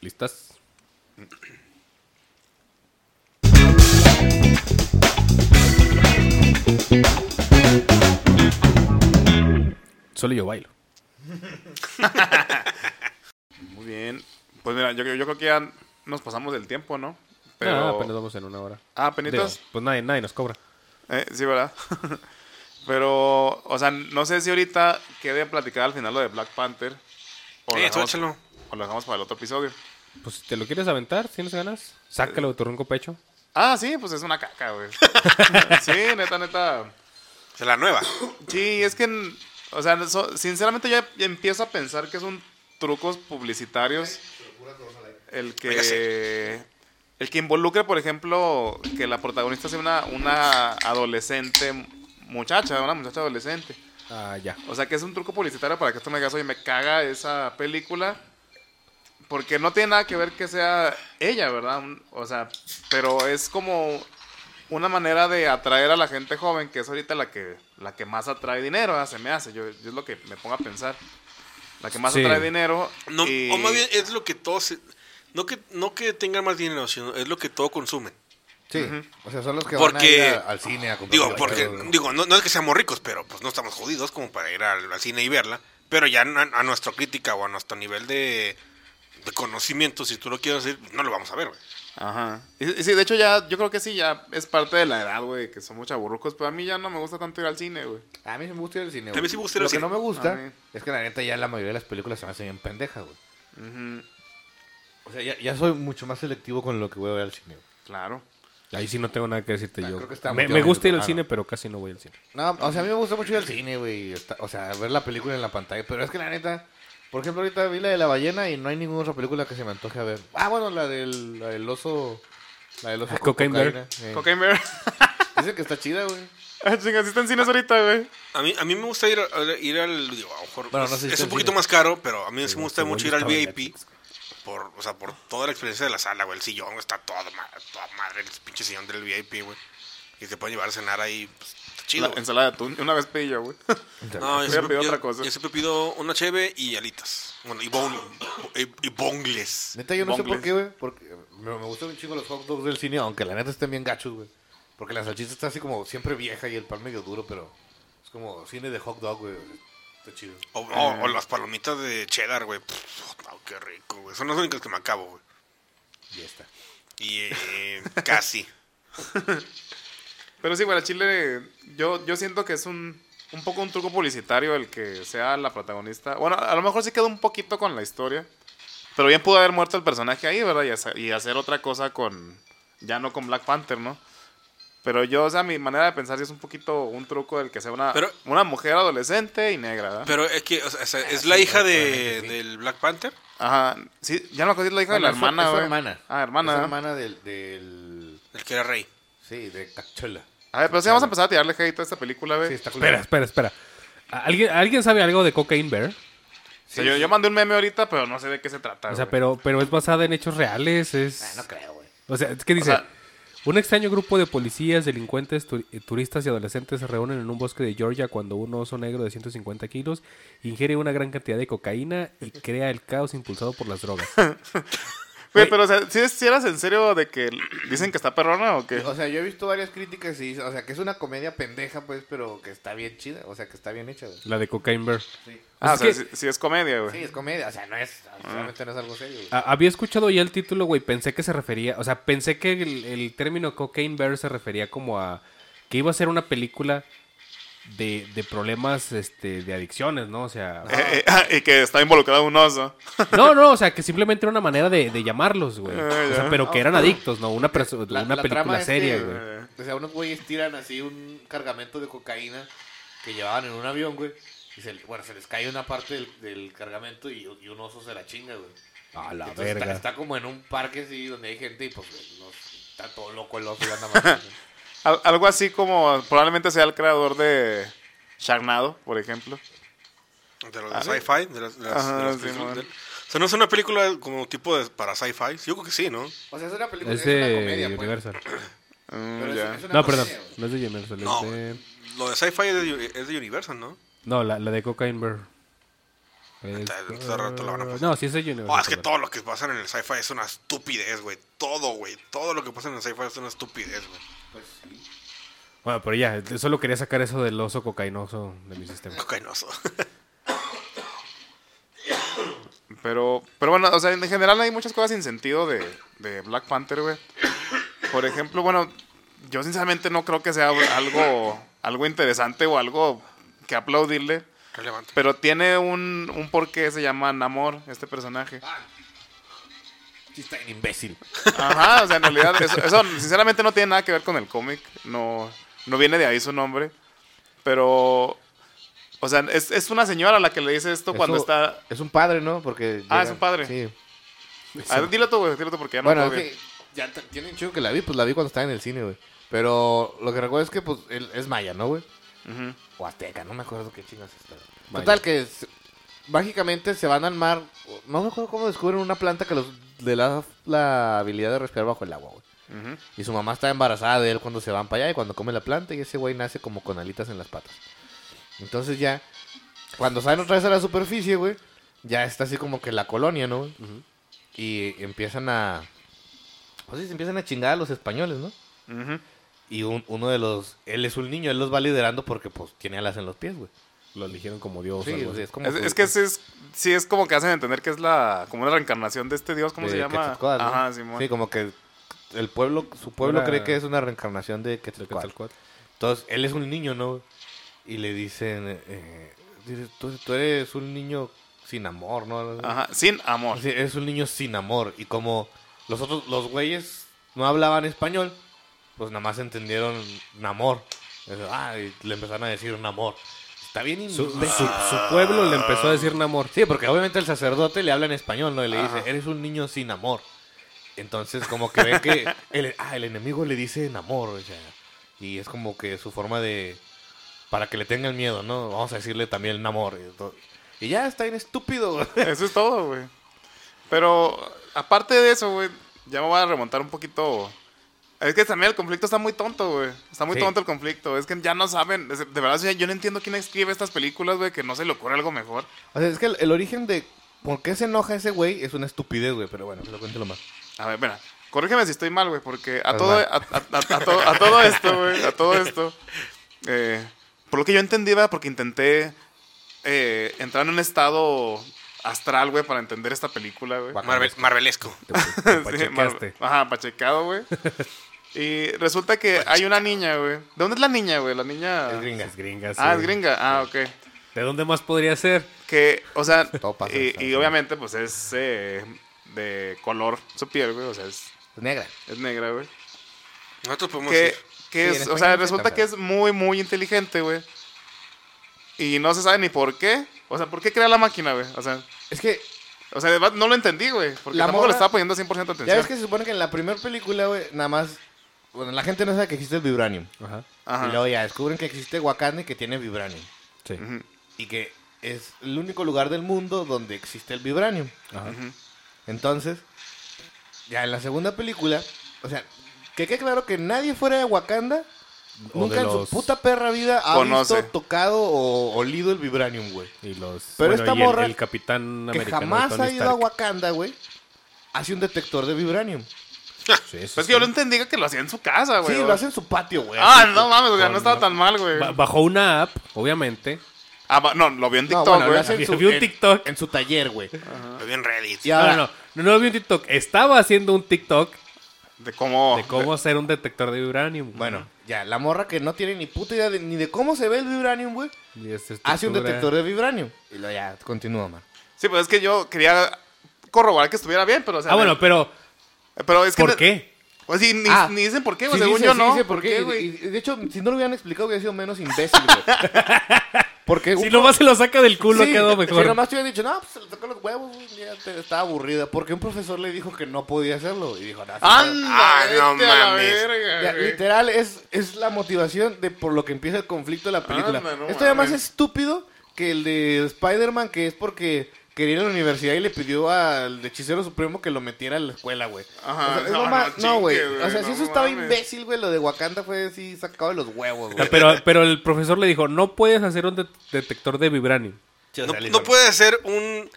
¿Listas? Solo yo bailo. Muy bien. Pues mira, yo, yo creo que ya nos pasamos del tiempo, ¿no? Pero... Pero... Ah, apenas vamos en una hora. Ah, penitas. Digo, pues nadie, nadie nos cobra. Eh, sí, ¿verdad? Pero, o sea, no sé si ahorita quede platicar al final lo de Black Panther. O, Sí, lo dejamos, échalo. o lo dejamos para el otro episodio. Pues si te lo quieres aventar, tienes ganas, sácalo de tu ronco pecho. Ah, sí, pues es una caca, güey. sí, neta, neta. De la nueva. Sí, es que, en- o sea, so- sinceramente ya ya empiezo a pensar que son trucos publicitarios el Oiga, sí. que el que involucre, por ejemplo, que la protagonista sea una, una adolescente muchacha, una muchacha adolescente. Ah, ya. O sea, que es un truco publicitario para que tú me digas, oye, me caga esa película. Porque no tiene nada que ver que sea ella, ¿verdad? Un- O sea, pero es como una manera de atraer a la gente joven, que es ahorita la que, la que más atrae dinero, ¿verdad? se me hace. Yo, yo es lo que me pongo a pensar. La que más Sí. atrae dinero. No, y- O más bien es lo que todos. se- No que, no que tengan más dinero, sino es lo que todo consumen. Sí, o sea, son los que van a Porque- ir a- al cine a comprar Digo, boletos, porque, güey. digo, no, no es que seamos ricos, pero pues no estamos jodidos como para ir al, al cine y verla. Pero ya a, a nuestra crítica o a nuestro nivel de, de conocimiento, si tú lo quieres decir, no lo vamos a ver, güey. Ajá. Y, y sí, de hecho ya, yo creo que sí, ya es parte de la edad, güey, que somos chaburrucos. Pero a mí ya no me gusta tanto ir al cine, güey. A mí sí me gusta ir al cine. A güey. mí sí me gusta ir al Lo que cine. no me A gusta mí. es que la neta ya la mayoría de las películas se me hacen bien pendejas, güey. Ujú, O sea, ya, ya soy mucho más selectivo con lo que voy a ver al cine. güey. Claro. Ahí sí no tengo nada que decirte Ah, yo. creo que está me, muy me gusta ir al bonito. Ah, cine, no. pero casi no voy al cine. No, o sea, a mí me gusta mucho ir al cine, güey. Está- O sea, ver la película en la pantalla. Pero es que la neta, por ejemplo, ahorita vi la de la ballena y no hay ninguna otra película que se me antoje a ver. Ah, bueno, la del, la del oso. La del oso. Ah, con Cocaine Bear. eh. Cocaine Bear. Dicen que está chida, güey. Ah, chinga, sí está en cines ahorita, güey. A mí, a mí me gusta ir, al- ir al. Digo, a lo mejor Bueno, no es, sé si es está un en poquito cine. más caro, pero a mí sí me gusta según mucho yo ir al estaba en VIP. Netflix. Por, o sea, por toda la experiencia de la sala, güey. El sillón está toda, ma- toda madre, el pinche sillón del VIP, güey. Y te pueden llevar a cenar ahí, pues, está chido. La güey. ensalada de atún. Una vez pedí yo, güey. No, yo Hubiera siempre, pedido yo- otra cosa. yo siempre pido una cheve y alitas. Bueno, y, bon, y, y bongles. Neta, yo no sé por Bongles. qué, güey. Porque me, me gustan un chingo los hot dogs del cine, aunque la neta estén bien gachos, güey. Porque la salchicha está así como siempre vieja y el pan medio duro, pero es como cine de hot dog, güey. Está chido. O, o- o las palomitas de cheddar, güey. Pff, oh, qué rico, güey. Son las únicas que me acabo, güey. Y ya está. Y eh, casi. Pero sí, güey, a Chile, yo, yo siento que es un, un poco un truco publicitario el que sea la protagonista. Bueno, a lo mejor sí quedó un poquito con la historia. Pero bien pudo haber muerto el personaje ahí, ¿verdad? Y, hace- y hacer otra cosa con. Ya no con Black Panther, ¿no? Pero yo, o sea, mi manera de pensar sí es un poquito un truco del que sea una, Pero- una mujer adolescente y negra, ¿verdad? Pero es que, o sea, es- es la hija de, del Black Panther. Ajá. Sí, ya no me acuerdo si es la hija Bueno, de es la su- hermana, es su güey. hermana. Ah, hermana. Es ¿verdad? hermana del, del. El que era rey. Sí, de Cachola. A ver, pero sí, vamos a empezar a tirarle hate a esta película, güey. Sí, está culera. Espera, espera, espera. ¿A- ¿Alguien, ¿Alguien sabe algo de Cocaine Bear? O sea, yo, yo mandé un meme ahorita, pero no sé de qué se trata. O sea, güey. pero, pero es basada en hechos reales. Ah, Es... no creo, güey. O sea, es que dice, sea- un extraño grupo de policías, delincuentes, tu- eh, turistas y adolescentes se reúnen en un bosque de Georgia cuando un oso negro de 150 kilos ingiere una gran cantidad de cocaína y crea el caos impulsado por las drogas. Güey, pero, o sea, si eras en serio de que dicen que está perrona o qué? O sea, yo he visto varias críticas y dice- o sea, que es una comedia pendeja, pues, pero que está bien chida, o sea, que está bien hecha, güey. La de Cocaine Bear. Sí. Ah, o es sea, que- si, si es comedia, Sí, güey. Eh, Ah. es comedia, o sea, no es, o sea, realmente no es algo serio, güey. A- Ah, había escuchado ya el título, güey, pensé que se refería, o sea, pensé que el, el término Cocaine Bear se refería como a que iba a ser una película de, de problemas este, de adicciones, ¿no? O sea... Eh, eh, y que está involucrado un oso. No, no, o sea, que simplemente era una manera de, de llamarlos, güey. Ah, O sea, ya. pero que eran adictos, ¿no? Una, perso- La- Pues, una la trama película es seria, que, güey. O sea, unos güeyes tiran así un cargamento de cocaína que llevaban en un avión, güey. Y se, le- bueno, se les cae una parte del, del cargamento y, y un oso se la chinga, güey. A la Entonces, verga. Está, está como en un parque así donde hay gente y pues güey, no- está todo loco el oso y anda matando. Al- algo así como probablemente sea el creador de Sharknado, por ejemplo. De los de sci-fi. De las, de las- Ajá, de las sí, películas. man. o sea, no es una película como tipo de, para sci-fi. Yo creo que sí, ¿no? O sea, es una película, Es es, una de comedia, pues. Universal. Mm, Pero es- ya. es una No, perdón. comedia, güey. No es de Universal. No. Es de... Lo de sci-fi es de, es de Universal, ¿no? No, la, la de Cocaine Bear. Es- Ah, Entonces, todo el rato la van a pasar. No, sí es de Universal. Oh, es que ¿verdad? todo lo que pasa en el sci-fi es una estupidez, güey. Todo, güey. Todo lo que pasa en el sci-fi es una estupidez, güey. Bueno, pero ya, solo quería sacar eso del oso cocainoso de mi sistema. Cocainoso. Pero, pero bueno, o sea, en general hay muchas cosas sin sentido de, de Black Panther, güey. Por ejemplo, bueno, yo sinceramente no creo que sea algo, algo interesante o algo que aplaudirle. Relevante. Pero tiene un, un porqué, se llama Namor, este personaje. Sí, está bien imbécil. Ajá, o sea, en realidad, eso, eso sinceramente no tiene nada que ver con el cómic. No, no viene de ahí su nombre. Pero, o sea, es, es una señora a la que le dice esto cuando Eso- está. Es un padre, ¿no? Porque Ah, llega- es un padre. Sí. A ver, dilo tú, güey, dilo tú, porque ya no bueno, me es acuerdo que ya t- tiene un chico que la vi, pues la vi cuando estaba en el cine, güey. Pero lo que recuerdo es que, pues, él es maya, ¿no, güey? bien. Ujú. O azteca, no me acuerdo qué chingas es. pero- Maya. Total, que s- mágicamente se van al mar. o- No me acuerdo cómo descubren una planta que los, le da la habilidad de respirar bajo el agua, güey. Ujú. Y su mamá está embarazada de él cuando se van para allá y cuando come la planta y ese güey nace como con alitas en las patas. Entonces ya, cuando salen otra vez a la superficie, güey, ya está así como que la colonia, ¿no? güey? Y empiezan a... Pues sí, se empiezan a chingar a los españoles, ¿no? Ujú. Y un- uno de los... Él es un niño, él los va liderando porque pues tiene alas en los pies, güey. Lo eligieron como Dios. Sí, o algo o así. sea, es como... Es, su- es que sí es, sí es como que hacen entender que es la como una reencarnación de este dios, ¿cómo de se llama? Quetzalcóatl, ¿no? Ajá, Simón. Sí, como que el pueblo, su pueblo Una- cree que es una reencarnación de Lo que Quetzalcóatl. tal cual. Entonces, él es un niño, ¿no? Y le dicen, eh, dice, tú, tú eres un niño sin amor, ¿no? Ajá, sin amor. Sí, eres un niño sin amor. Y como los otros, los güeyes no hablaban español, pues nada más entendieron Namor. Eso, Ah, y le empezaron a decir Namor. Está bien Su, imbécil. su- su pueblo le empezó a decir Namor. Sí, porque obviamente el sacerdote le habla en español, ¿no? Y le Ajá. dice, eres un niño sin amor. Entonces, como que ven que el, ah, el enemigo le dice amor, o sea, y es como que su forma de... Para que le tengan miedo, ¿no? Vamos a decirle también amor. Y, to- y ya, está bien estúpido. güey. Eso es todo, güey. Pero aparte de eso, güey, ya me voy a remontar un poquito. Es que también el conflicto está muy tonto, güey. Está muy Sí. tonto el conflicto. Es que ya no saben. es- De verdad, yo- yo no entiendo quién escribe estas películas, güey, que no se le ocurre algo mejor. O sea, es que el, el origen de por qué se enoja ese güey es una estupidez, güey. Pero bueno, se lo cuento lo más. A ver, mira, corrígeme si estoy mal, güey, porque a Estás todo, a, mal. a- a- a todo, a todo esto, güey, a todo esto, eh, por lo que yo entendí, ¿verdad? porque intenté eh, entrar en un estado astral, güey, para entender esta película, güey. Marvel- marvelesco. Sí, Ah, pachequeaste. mar- Ajá, pachecado, güey. Y resulta que hay una niña, güey. ¿De dónde es la niña, güey? La niña... Es gringa. Es gringa, Ah, sí. es gringa. Ah, ok. ¿De dónde más podría ser? Que, o sea, Todo pasa, y, está y bien. obviamente, pues es eh, de color su piel, güey. O sea, es, Es negra. es negra, güey. Nosotros podemos que, decir. que Sí, en es- o España sea, no se resulta canta. que es muy, muy inteligente, güey. Y no se sabe ni por qué. O sea, ¿por qué crea la máquina, güey? O sea, Es que o sea, de verdad, no lo entendí, güey. Porque La tampoco le morra- estaba poniendo 100% atención. Ya ves que se supone que en la primera película, güey, nada más. Bueno, la gente no sabe que existe el vibranium. Ajá. Ajá. Y luego ya descubren que existe Wakanda y que tiene vibranium. Sí. Ujú, Y que es el único lugar del mundo donde existe el vibranium. Ajá. ujú. Entonces, ya en la segunda película, o sea, que quede claro que nadie fuera de Wakanda O nunca de en los- su puta perra vida ha Conoce. visto, tocado o olido el vibranium, güey. Y los. Pero bueno, esta y el- morra El, capitán Que americano. jamás Tony ha ido a Stark. Wakanda, güey. Hace un detector de vibranium. Sí, sí, Pues sí. que yo lo entendí que lo hacía en su Ah, casa, güey. sí, lo hace en su patio, güey. Ah, así, no mames, o sea, con- no estaba tan mal, güey. Ba- Bajó una app, obviamente. Ah, ba- no, lo vio en No, TikTok, bueno, lo güey. hace en su, Vi un en- TikTok. en su taller, güey. Lo vi en Reddit. Y No, ahora, no, no, no, no vi un TikTok. Estaba haciendo un TikTok De cómo. de cómo hacer un detector de vibranium. Bueno, ya, la morra que no tiene ni puta idea de- ni de cómo se ve el vibranium, güey, Y esta hace un estructura- detector de vibranium. Y lo ya, continúa, man. Sí, pues es que yo quería corroborar que estuviera bien, pero o sea. eh, Ah, bueno, pero Pero es que. ¿por qué? Pues sí, ni, Ah. ni dicen por qué, Sí güey. según dice, yo sí no. dice por qué, y- güey? y- y de hecho, si no lo hubieran explicado, hubiera sido menos imbécil, güey. Porque Si un- nomás se lo saca del culo, sí, quedó mejor. Si nomás te hubieran dicho, no, pues se le tocó los huevos, güey, ya te- estaba aburrida. Porque un profesor le dijo que no podía hacerlo. Y dijo, no, sí, Anda, Ah, no vete a la mames. verga, Ya, güey. literal, es, es la motivación de por lo que empieza el conflicto de la película. Anda, no Esto ya más mames. estúpido que el de Spider-Man, que es porque quería ir a la universidad y le pidió al hechicero supremo que lo metiera a la escuela, güey. Ajá, O sea, es no, lo no, más- no, güey. chingue, güey, o sea, si no eso estaba mames. imbécil, güey, lo de Wakanda fue así Ah, sacado de los huevos, güey. Pero, pero el profesor le dijo, no puedes hacer un det- detector de vibranium. Sí, o No, sea, el no informe. puede ser un,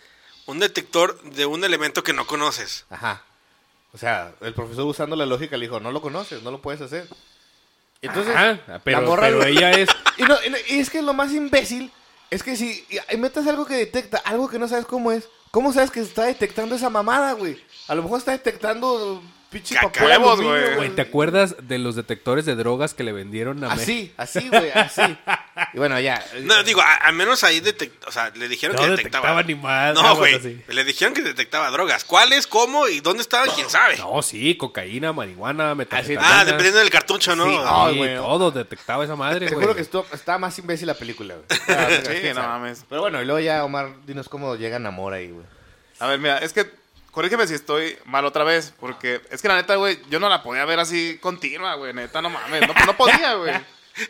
un detector de un elemento que no conoces. Ajá. O sea, el profesor usando la lógica le dijo, no lo conoces, no lo puedes hacer. Entonces, Ajá, pero, la morra pero lo- ella es. Y, no- y no- y es que lo más imbécil es que si y- y metes algo que detecta, algo que no sabes cómo es, ¿cómo sabes que está detectando esa mamada, güey? A lo mejor está detectando pinche Caca. papel Huevos, aluminio, güey. Güey, ¿te acuerdas de los detectores de drogas que le vendieron a Me- Así, así, güey, así. Y bueno, ya. eh, No, digo, a- al menos ahí detect, o sea, le dijeron No que detectaba detectaba. ni más. no, güey. Le dijeron que detectaba drogas. ¿Cuáles, cómo y dónde estaban? ¿Quién sabe? No, sí, cocaína, marihuana, metanfetamina. ah, dependiendo del cartucho, ¿no? Sí, Ah, Sí, Ay, güey. todo detectaba esa madre, Te güey. juro que estuvo- estaba más imbécil la película, güey. Estaba- Sí, no mames. Pero bueno, y luego ya, Omar, dinos cómo llegan a Mora ahí, güey. A ver, mira, es que corrígeme si estoy mal otra vez, porque es que la neta, güey, yo no la podía ver así continua, güey, neta, no mames, no, no podía, güey.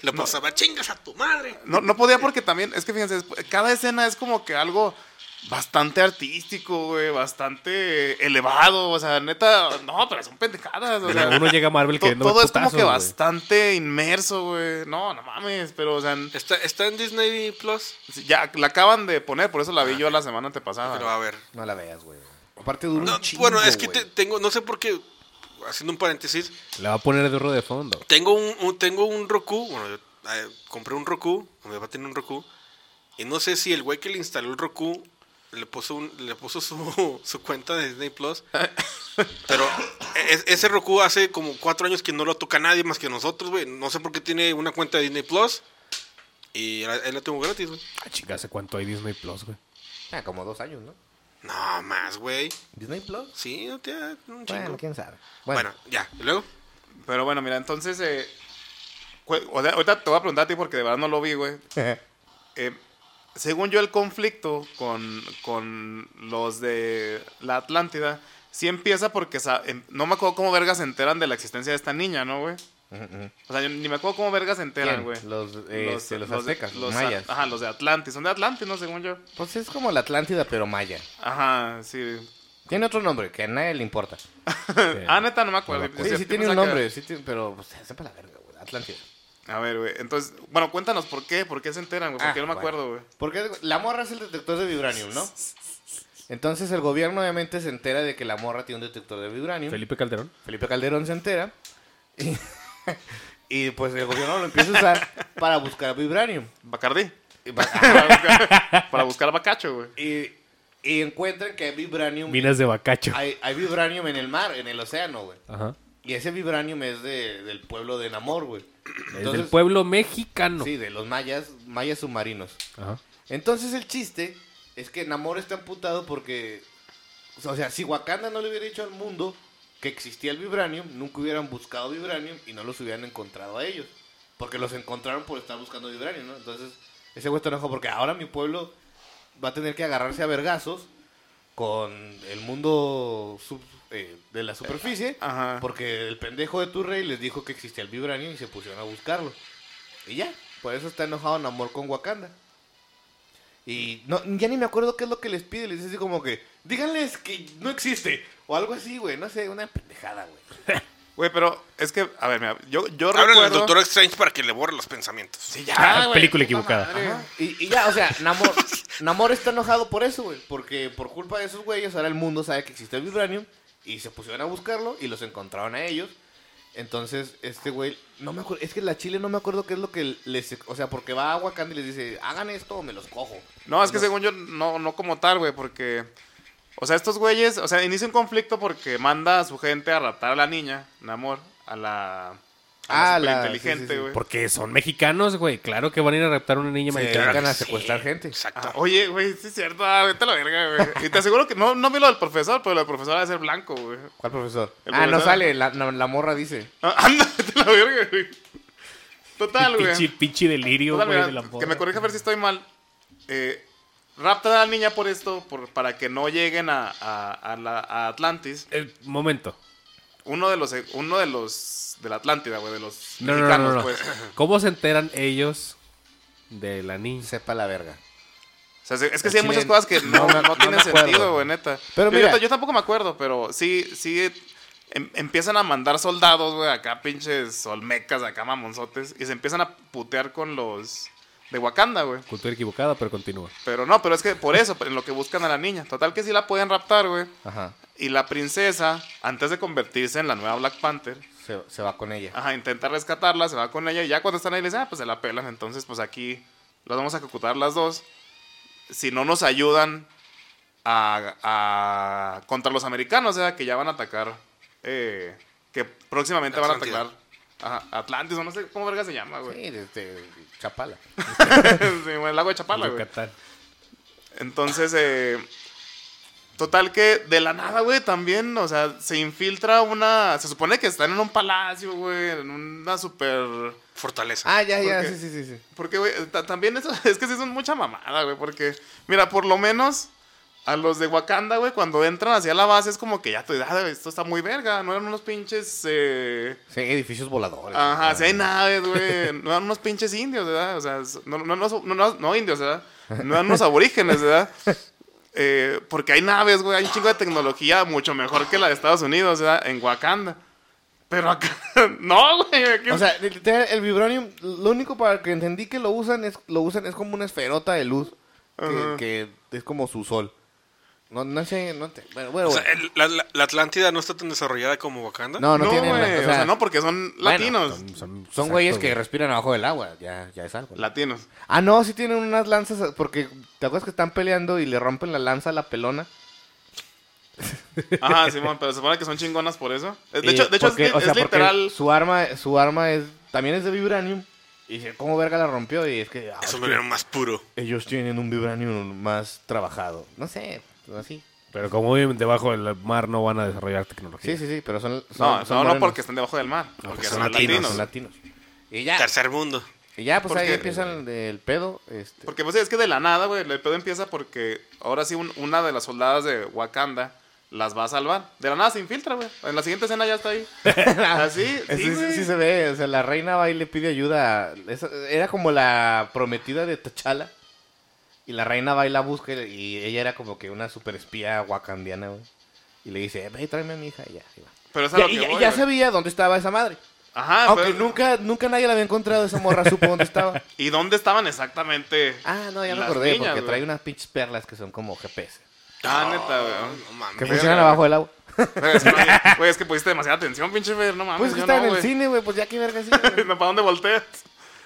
Lo pasaba, chingas a tu madre. No, no podía porque también, es que fíjense, es- cada escena es como que algo bastante artístico, güey, bastante elevado, o sea, neta, no, pero son pendejadas, o sea, Uno llega a Marvel to- queriendo ver todo es como putazos, que güey. bastante inmerso, güey, no, no mames, pero, o sea, n- ¿Está, está en Disney Plus? ya la acaban de poner, por eso la vi yo la semana antepasada. Pero a ver. No la veas, güey. Aparte dura No, un chingo, bueno, es que güey. te- tengo, no sé por qué, haciendo un paréntesis, Le va a poner duro de fondo. tengo un, un- tengo un Roku, bueno, yo, eh, compré un Roku, mi papá tiene un Roku, y no sé si el güey que le instaló el Roku le puso, un- le puso su, su cuenta de Disney Plus, pero es- ese Roku hace como cuatro años que no lo toca nadie más que nosotros, güey, no sé por qué tiene una cuenta de Disney Plus, y la- ahí la tengo gratis, güey. Ah, chinga, ¿hace cuánto hay Disney Plus, güey? Ah, como dos años, ¿no? No, más, güey. Disney Plus. Sí, no tiene un chingo. Bueno, quién sabe. Bueno, Bueno, ya, ¿y luego? Pero bueno, mira, entonces. Eh, cu- o sea, ahorita te voy a preguntar a ti porque de verdad no lo vi, güey. Eh, según yo, el conflicto con, con los de la Atlántida sí empieza porque sa- em- no me acuerdo cómo vergas se enteran de la existencia de esta niña, ¿no, güey? O sea, yo ni me acuerdo cómo vergas se enteran, ¿Quién? güey. Los, eh, este, los aztecas, los a- mayas. Ajá, los de Atlantis. Son de Atlantis, ¿no? Según yo. pues es como la Atlántida, pero maya. Ajá, sí. Tiene otro nombre que a nadie le importa. Sí, Ah, neta, no me acuerdo. No me sí, pues Yo tiene pensaba un que- nombre, sí tiene- pero pues, sepa la verga, güey. Atlántida. A ver, güey. Entonces, bueno, cuéntanos por qué. ¿Por qué se enteran, güey? Porque Ah, yo no me bueno. acuerdo, güey. Porque la morra es el detector de vibranium, ¿no? Entonces el gobierno obviamente se entera de que la morra tiene un detector de vibranium. Felipe Calderón. Felipe Calderón se entera. Y, y, pues el gobierno lo empieza a usar para buscar vibranium. Bacardí. Y va- para, buscar, para buscar a Bacacho, güey. y, y encuentran que hay vibranium. Minas de Bacacho. Hay, hay vibranium en el mar, en el océano, güey. Ajá. Y ese vibranium es de, del pueblo de Namor, güey. es del Entonces- pueblo mexicano. Sí, de los mayas, mayas submarinos. Ajá. Entonces el chiste es que Namor está amputado porque, o sea, si Wakanda no le hubiera dicho al mundo que existía el vibranium, nunca hubieran buscado vibranium y no los hubieran encontrado a ellos. Porque los encontraron por estar buscando vibranium, ¿no? Entonces ese güey está enojado porque ahora mi pueblo va a tener que agarrarse a vergazos con el mundo sub- eh, de la superficie. Ajá. Porque el pendejo de tu rey les dijo que existía el vibranium y se pusieron a buscarlo. Y ya, por eso está enojado Namor con Wakanda. Y no, ya ni me acuerdo qué es lo que les pide. Les dice así como que, díganles que no existe. O algo así, güey. No sé, una pendejada, güey. Güey, pero es que, a ver, mira, yo, yo Háblale al recuerdo... Doctor Strange para que le borre los pensamientos. Sí, ya, Ah, güey, película puta equivocada. madre. Ajá. Y, y ya, o sea, Namor, Namor está enojado por eso, güey. Porque por culpa de esos güeyes, ahora el mundo sabe que existe el vibranium. Y se pusieron a buscarlo y los encontraron a ellos. Entonces, este güey, no me acuerdo, es que la Chile no me acuerdo qué es lo que les, o sea, porque va a Wakanda y les dice, hagan esto o me los cojo. No, es que según yo, no, no como tal, güey, porque... O sea, estos güeyes, o sea, inicia un conflicto porque manda a su gente a raptar a la niña, Namor, a la... Ah, la- sí, sí, inteligente, sí. güey. Porque son mexicanos, güey. Claro que van a ir a raptar a una niña Se mexicana. dedican a secuestrar gente. Exacto. Ah, oye, güey, sí es cierto, ah, vete a la verga, güey. Y te aseguro que no, no vi lo del profesor, pero lo del profesor debe ser blanco, güey. ¿Cuál profesor? El Ah, no profesor. sale, la, la- la morra dice. Ah, Anda, vete a la verga, güey. Total, güey. Pinche, pinche delirio, Total, güey, mira, de la que morra. me corrija a ver si estoy mal. Eh, raptan a la niña por esto, por, para que no lleguen a, a- a la, a Atlantis. Eh, momento. Uno de los, eh, uno de los, de la Atlántida, güey, de los No, no, no, mexicanos, no, no. pues. ¿Cómo se enteran ellos de la niña? Sepa la verga. O sea, se- es que El sí hay chile- muchas cosas que no, no me- no no me tienen acuerdo. sentido, güey, neta. Pero yo, mira. yo tampoco me acuerdo, pero sí, sí em- empiezan a mandar soldados, güey, acá pinches olmecas, acá mamonzotes, y se empiezan a putear con los de Wakanda, güey. Cultura equivocada, pero continúa. Pero no, pero es que por eso, en lo que buscan a la niña. Total que sí la pueden raptar, güey. Ajá. Y la princesa, antes de convertirse en la nueva Black Panther, Se, se va con ella. ajá, intenta rescatarla, se va con ella. Y ya cuando están ahí, le dicen, ah, pues se la pelan. Entonces, pues aquí las vamos a ejecutar las dos. Si no nos ayudan a, a- contra los americanos, o sea, que ya van a atacar. eh, que próximamente Atlántida. van a atacar. Ajá, Atlantis, o no sé cómo verga se llama, güey. Sí, este, Chapala. Sí, güey, el lago de Chapala, güey. Yucatán. Entonces, eh, total que de la nada, güey, también, o sea, se infiltra una... Se supone que están en un palacio, güey, en una super... Fortaleza. Ah, ya, ya, Porque- sí, sí, sí, sí. Porque, güey, ta- también eso, es que sí es mucha mamada, güey, porque, mira, por lo menos a los de Wakanda, güey, cuando entran hacia la base es como que ya, te- ah, esto está muy verga, no eran unos pinches... eh, Sí, edificios voladores. Ah. Ajá, sí hay nada. naves, güey. No eran unos pinches indios, ¿verdad? O sea, es- no, no, no, no, no- no indios, ¿verdad? No eran unos aborígenes, ¿verdad? Eh, porque hay naves, güey. Hay un chingo de tecnología mucho mejor que la de Estados Unidos, ¿verdad? En Wakanda. Pero acá... No, güey. aquí- O sea, literal, el vibranium, lo único para que entendí que lo usan es, lo usan es como una esferota de luz. Que, Ajá. que es como su sol. No, no sé, no te- bueno, bueno, O sea, bueno. el- la, la- la Atlántida no está tan desarrollada como Wakanda. No, no, eh, no, tienen. güey. la- o sea, no, porque son bueno, latinos. Son- Son exacto, güeyes güey. que respiran abajo del agua, ya, ya es algo. ¿no? Latinos. Ah, no, sí tienen unas lanzas, porque te acuerdas que están peleando y le rompen la lanza a la pelona. Ajá, Simón. Pero se supone que son chingonas por eso. Es- De Eh, hecho, de hecho es porque, li- o es, sea, porque literal... Su arma, su arma es, también es de vibranium. Y dice, ¿cómo verga la rompió? Y es que, ah, Es es un que veneno más puro. ellos tienen un vibranium más trabajado. No sé, así. Pero como viven debajo del mar, no van a desarrollar tecnología. Sí, sí, sí, pero son. son- No, son no, no, morenos. pues porque están debajo del mar. porque son, latinos. Son latinos. Y ya, Tercer mundo. y ya pues Porque- ahí empiezan el pedo. Este, Porque pues es que de la nada, güey, el pedo empieza porque ahora sí un- una de las soldadas de Wakanda las va a salvar. De la nada se infiltra, güey. En la siguiente escena ya está ahí. Así, Sí, sí, güey. sí se ve, o sea, la reina va y le pide ayuda. a- esa- era como la prometida de T'Challa. Y la reina va y la busca y- y ella era como que una super espía wakandiana, güey. Y le dice, ve, tráeme a mi hija. Y ya, y va. Pero es a Ya, lo que y ya- voy, ya güey. sabía dónde estaba esa madre. Ajá, Aunque pero- nunca, nunca nadie la había encontrado, esa morra supo dónde estaba. ¿Y dónde estaban exactamente? Ah, no, ya me las acordé, niñas, porque güey? trae unas pinches perlas que son como GPS. Ah, neta, güey. No Que mames. Verga, funcionan güey. abajo del agua. Güey, es que no había- Güey, es que pusiste demasiada atención, pinche Fer. No mames, Pues que yo está no, en el güey. cine, güey, pues ya que verga sí. No, ¿Para dónde volteas?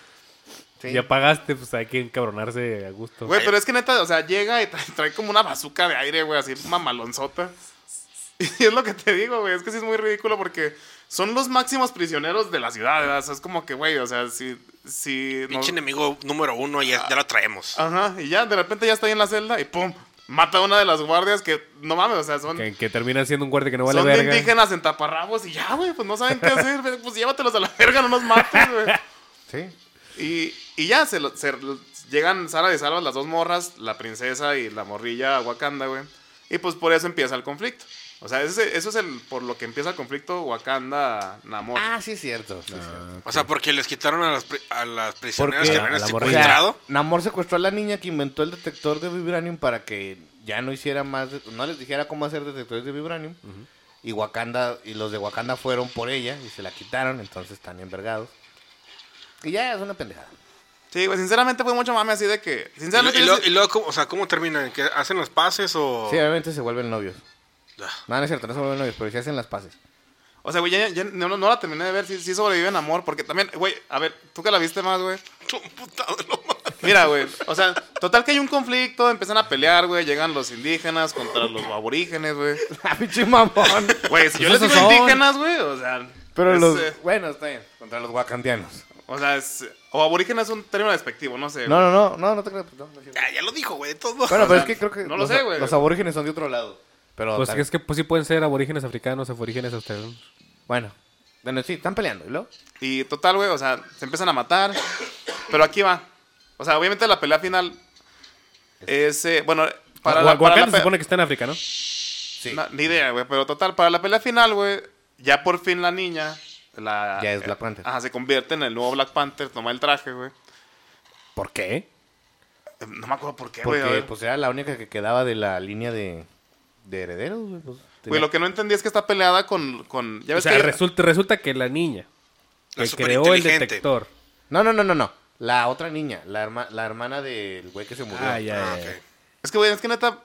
Sí. Ya pagaste, pues hay que encabronarse a gusto. Güey, pero es que neta, o sea, llega y tra- trae como una bazuca de aire, güey, así mamalonzota. Y es lo que te digo, güey, es que sí es muy ridículo porque son los máximos prisioneros de la ciudad, ¿verdad? O sea, es como que, güey, o sea, si... si no- Pinche enemigo número uno, ya, ya la Ah, traemos. Ajá, y ya, de repente ya está ahí en la celda y ¡pum! Mata a una de las guardias que, no mames, o sea, son... Que, que termina siendo un guardia que no vale Son de verga. indígenas en taparrabos y ya, güey, pues no saben qué hacer, güey, pues llévatelos a la verga, no nos mates, güey. Sí. Y, y ya, se, lo- se lo- llegan Sara de Salvas las dos morras, la princesa y la morrilla a Wakanda, güey. Y pues por eso empieza el conflicto. O sea, ese- eso es el por lo que empieza el conflicto Wakanda-Namor. Ah, sí es cierto. sí es cierto. O sea, porque les quitaron a las, pri- a las prisioneras Porque- que A habían la O morrilla. secuestrado. sea, Namor secuestró a la niña que inventó el detector de vibranium para que ya no hiciera más, de- no les dijera cómo hacer detectores de vibranium. Y Wakanda y los de Wakanda fueron por ella y se la quitaron, entonces están envergados. Y ya es una pendejada. Sí, güey, sinceramente fue mucho mame así de que... Y lo- Sinceramente, y, yo lo- sí- y luego, ¿cómo, o sea, ¿cómo terminan? ¿Que hacen los pases Oh. o...? Sí, eh. obviamente se vuelven novios. Ah, No, no es cierto, no se vuelven novios, pero sí hacen las paces. o sea, güey, ya, ya no, no- no la terminé de ver, sí, sí sobrevive Namor, porque también, güey, a ver, tú que la viste más, güey. tu puta de lo más. Mira, güey, o sea, total que hay un conflicto, empiezan a pelear, güey, llegan los indígenas contra los aborígenes, güey. ¡Ah, pinche mamón! Güey, si yo Pues les esos digo son. indígenas, güey, o sea... Pero es, los... eh, Bueno, está bien, contra los wakandianos. O sea, es, o aborígena es un término despectivo, no sé. No, no, no, no, no te creas. pues, no, no es cierto. Ya, ya lo dijo, güey, de todos modos. Bueno, pero es que creo que no lo los, sé, güey. los aborígenes son de otro lado. Pero Pues tal- es que pues, sí pueden ser aborígenes africanos, aborígenes australianos. Bueno, bueno, sí, están peleando, ¿y luego? Y total, güey, o sea, se empiezan a matar. pero aquí va. O sea, obviamente la pelea final es, eh, bueno, para Wa- la, para la Wakanda pe- se supone que está en África, ¿no? Sí. No, ni idea, güey, pero total, para la pelea final, güey, ya por fin la niña, la... Ya es Black Panther. Ajá, se convierte en el nuevo Black Panther, toma el traje, güey. ¿Por qué? Eh, No me acuerdo por qué, güey. a Porque ver. pues era la única que quedaba de la línea de, de herederos, güey. pues, Güey, tenía- lo que no entendí es que está peleada con... con O ya ves sea, que- resulta, resulta que la niña La que creó el superinteligente. detector No, no, no, no, no. La otra niña, la, herma- la hermana del güey que se murió. Ah, ya, Ah, ya, ya. eh, ok. Es que, güey, es que neta,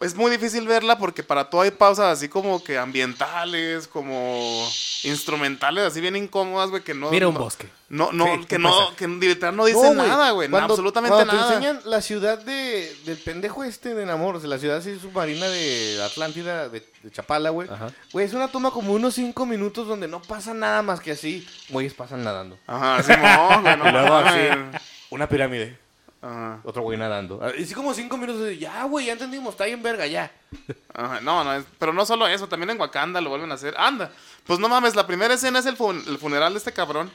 es muy difícil verla porque para todo hay pausas así como que ambientales, como instrumentales, así bien incómodas, güey, que no... Mira un no- bosque. No, no, Sí, que un no, paisaje. que literal no dice güey, nada, güey, no, cuando- absolutamente cuando nada. te enseñan la ciudad de, del pendejo este de Namor, de la ciudad así submarina de Atlántida, de, de Chapala, güey. Ajá. Güey, es una toma como unos 5 minutos donde no pasa nada más que así. Güeyes pasan nadando. Ajá, sí, no, güey, no, Y luego así, mames. una pirámide. Ajá, Otro güey nadando. Ah, Y sí como 5 minutos de, ya, güey, ya entendimos, está bien verga, ya. ajá, no, no, es- pero no solo eso, también en Wakanda lo vuelven a hacer. Anda, pues no mames, la primera escena es el, fun- el funeral de este cabrón.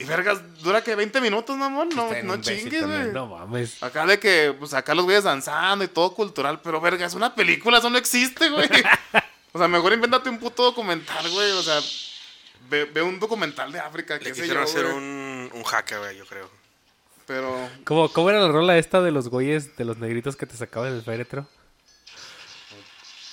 Y vergas, dura que 20 minutos, mamón, no, Está en no un beso chingues, también, güey. No mames. Acá de que, pues acá los güeyes danzando y todo cultural, pero verga, es una película, eso no existe, güey. o sea, mejor invéntate un puto documental, güey. O sea, ve, ve un documental de África, Le qué sé quisieron yo, hacer güey. un, un hack, güey, yo creo. Pero, ¿Cómo, ¿Cómo era la rola esta de los güeyes, de los negritos que te sacaban del féretro?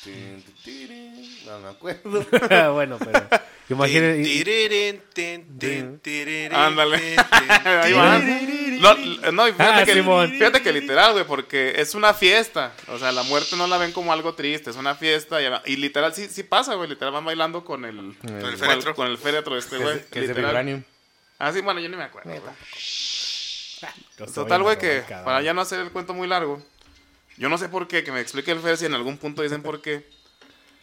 Tin, tin, tin, No me acuerdo. bueno, pero. Imagínate. Tin, tirirín, tin, tin, tirirín, Ándale. tin, tin, eh, ahí tin. van. No, l- no, y fíjate, Ah, que, Simón. fíjate que literal, güey, porque es una fiesta. O sea, la muerte no la ven como algo triste, es una fiesta. Y, y literal, sí, sí pasa, güey. Literal, van bailando con el, con el féretro. Con el féretro de este, güey. Que es de literal. Vibranium. Ah, sí, bueno, yo ni me acuerdo. güey. No se Total, vayan a güey, robar que cada para uno. ya no hacer el cuento muy largo, yo no sé por qué, que me explique el Fer si en algún punto dicen por qué.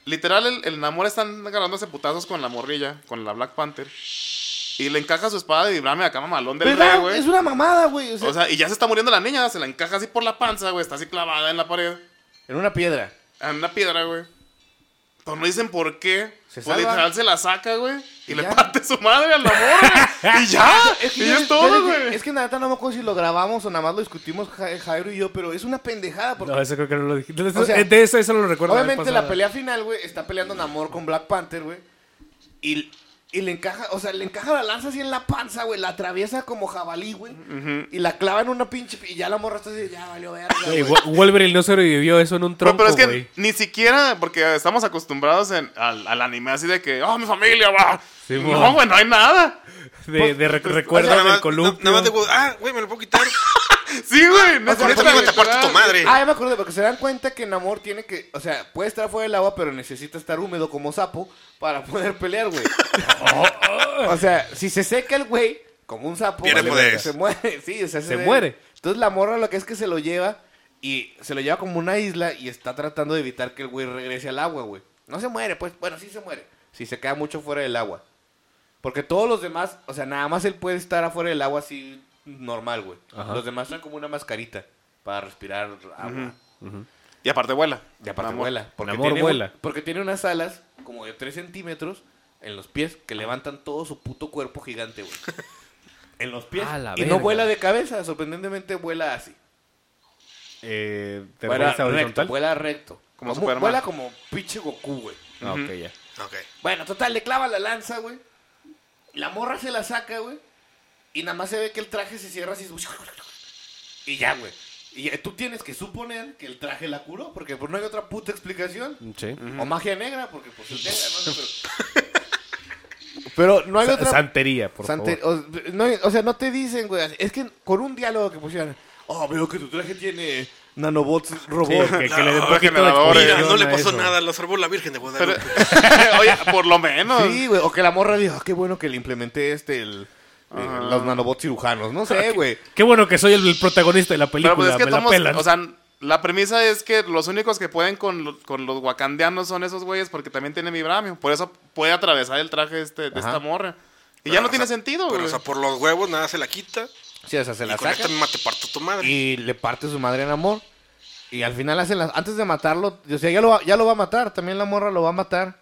Literal, el, el Namor están agarrándose putazos con la morrilla, con la Black Panther. Y le encaja su espada de vibrame acá mamalón del rey, ¿Verdad? güey. Es una mamada, güey. O sea, O sea, y ya se está muriendo la niña, se la encaja así por la panza, güey. Está así clavada en la pared, en una piedra. en una piedra, güey. Pero no dicen por qué. Se pues salva. literal se la saca, güey. Y, Y le ya. parte su madre al amor, güey. y ya. Es que, y yo- ya yo es todo, les- güey. Es que nada, no me acuerdo si lo grabamos o nada más lo discutimos Ja- Jairo y yo, pero es una pendejada. Porque No, eso creo que no lo dije. De eso, O sea, de eso, eso lo recuerdo. la vez obviamente la pasada. pelea final, güey, está peleando Namor con Black Panther, güey. Y, y le encaja, o sea, le encaja la lanza así en la panza, güey. La atraviesa como jabalí, güey. Y la clava en una pinche. Y ya la morra está así, ya valió verga. Güey, güey. Wo- Wolverine no sobrevivió eso en un Pero- tronco, pero es que güey. ni siquiera, porque estamos acostumbrados en- al, al anime así de que, oh, mi familia, va. Sí, no, mo. güey, no hay nada. pues, De, de rec- recuerdo Nada más- del columpio. Nada más de, güey, ah, güey, me lo puedo quitar. Sí, güey. No O sea, neta, ahorita güey, Ah, te parto literal. tu madre. Ah, ya me acuerdo, porque se dan cuenta que Namor tiene que, o sea, puede estar fuera del agua, pero necesita estar húmedo como sapo para poder pelear, güey. Oh, o sea, si se seca el güey, como un sapo, Pierde verga, poderes. se muere, sí, o sea, Se ve- muere. Entonces la morra lo que es que se lo lleva y se lo lleva como una isla y está tratando de evitar que el güey regrese al agua, güey. No se muere, pues, bueno, sí se muere, si se queda mucho fuera del agua. Porque todos los demás, o sea, nada más él puede estar afuera del agua así normal, güey. Ajá. Los demás traen como una mascarita para respirar agua. Y aparte vuela. Y aparte Namor. vuela. Porque Namor tiene, vuela. Porque tiene unas alas como de 3 centímetros en los pies que levantan todo su puto cuerpo gigante, güey. En los pies. A la y no verga. vuela de cabeza, sorprendentemente vuela así. Eh, ¿Te Vuela refieres a recto, horizontal? vuela recto. Como Como- Superman. vuela como pinche Goku, güey. Ah, ok, ya. Ok. Bueno, total, le clava la lanza, güey. La morra se la saca, güey. Y nada más se ve que el traje se cierra así. Y ya, güey. Y ya, tú tienes que suponer que el traje la curó, porque pues no hay otra puta explicación. Sí. O magia negra, porque pues es negra, ¿no? Pero, pero no hay Sa- otra... Santería, por Sante- favor. O, no, hay- o sea, no te dicen, güey. así- Es que con un diálogo que pusieran... Oh, veo que tu traje tiene nanobots Sí, robot. que, que le dé No, un poquito de generadores. exposición Mira, no le a pasó eso. nada, lo salvó la Virgen de Guadalupe. Pero- Oye, por lo menos. Sí, güey. O que la morra dijo, "Ah, qué bueno que le implementé este, el, eh, los nanobots cirujanos. No sé, güey. Qué bueno que soy el, el protagonista de la película, Pero pues es que me la estamos- pelan. o sea, la premisa es que los únicos que pueden con, lo- con los wakandianos son esos güeyes porque también tienen vibramio. Por eso puede atravesar el traje este, de Ajá. esta morra. Y Pero, ya no o tiene sea, sentido, Pero, güey. o sea, por los huevos nada se la quita. Sí, o sea, se Y la con esta saca misma te parto tu madre. y le parte su madre en amor. Y al final hacen las... Antes de matarlo, o sea, ya lo, va, ya lo va a matar. También la morra lo va a matar.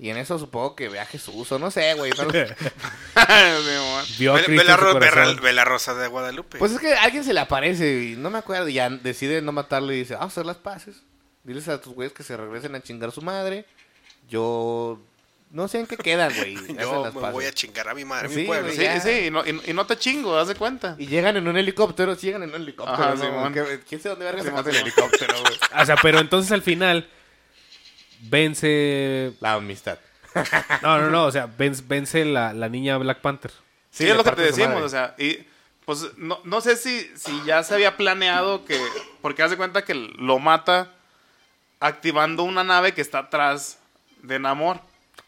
Y en eso supongo que ve a Jesús o no sé, güey. pero- Simón. Vio a Ve- Cristo ve, la, en su ro- ve corazón. la- ve la rosa de Guadalupe. Pues es que alguien se le aparece y no me acuerdo. Y ya decide no matarlo y dice, vamos a hacer las paces. Diles a tus güeyes que se regresen a chingar a su madre. Yo... No sé en qué quedan, güey. Hacen Yo me las paces. voy a chingar a mi madre, a Sí, mi pueblo. güey, Sí, ya. sí, y no, y no- y no te chingo, haz de cuenta. Y llegan en un helicóptero, sí llegan en un helicóptero. Ajá, ¿no? Simón. ¿Qué- ¿Quién sabe dónde verga Simón, sacaste el Simón. helicóptero, güey? O sea, pero entonces al final vence... La amistad. No, no, no, o sea, vence, vence la, la niña Black Panther. Sí, le es lo que parte te su decimos, madre. o sea, y Pues no, no sé si, si ya se había planeado que. Porque hace cuenta que lo mata activando una nave que está atrás de Namor.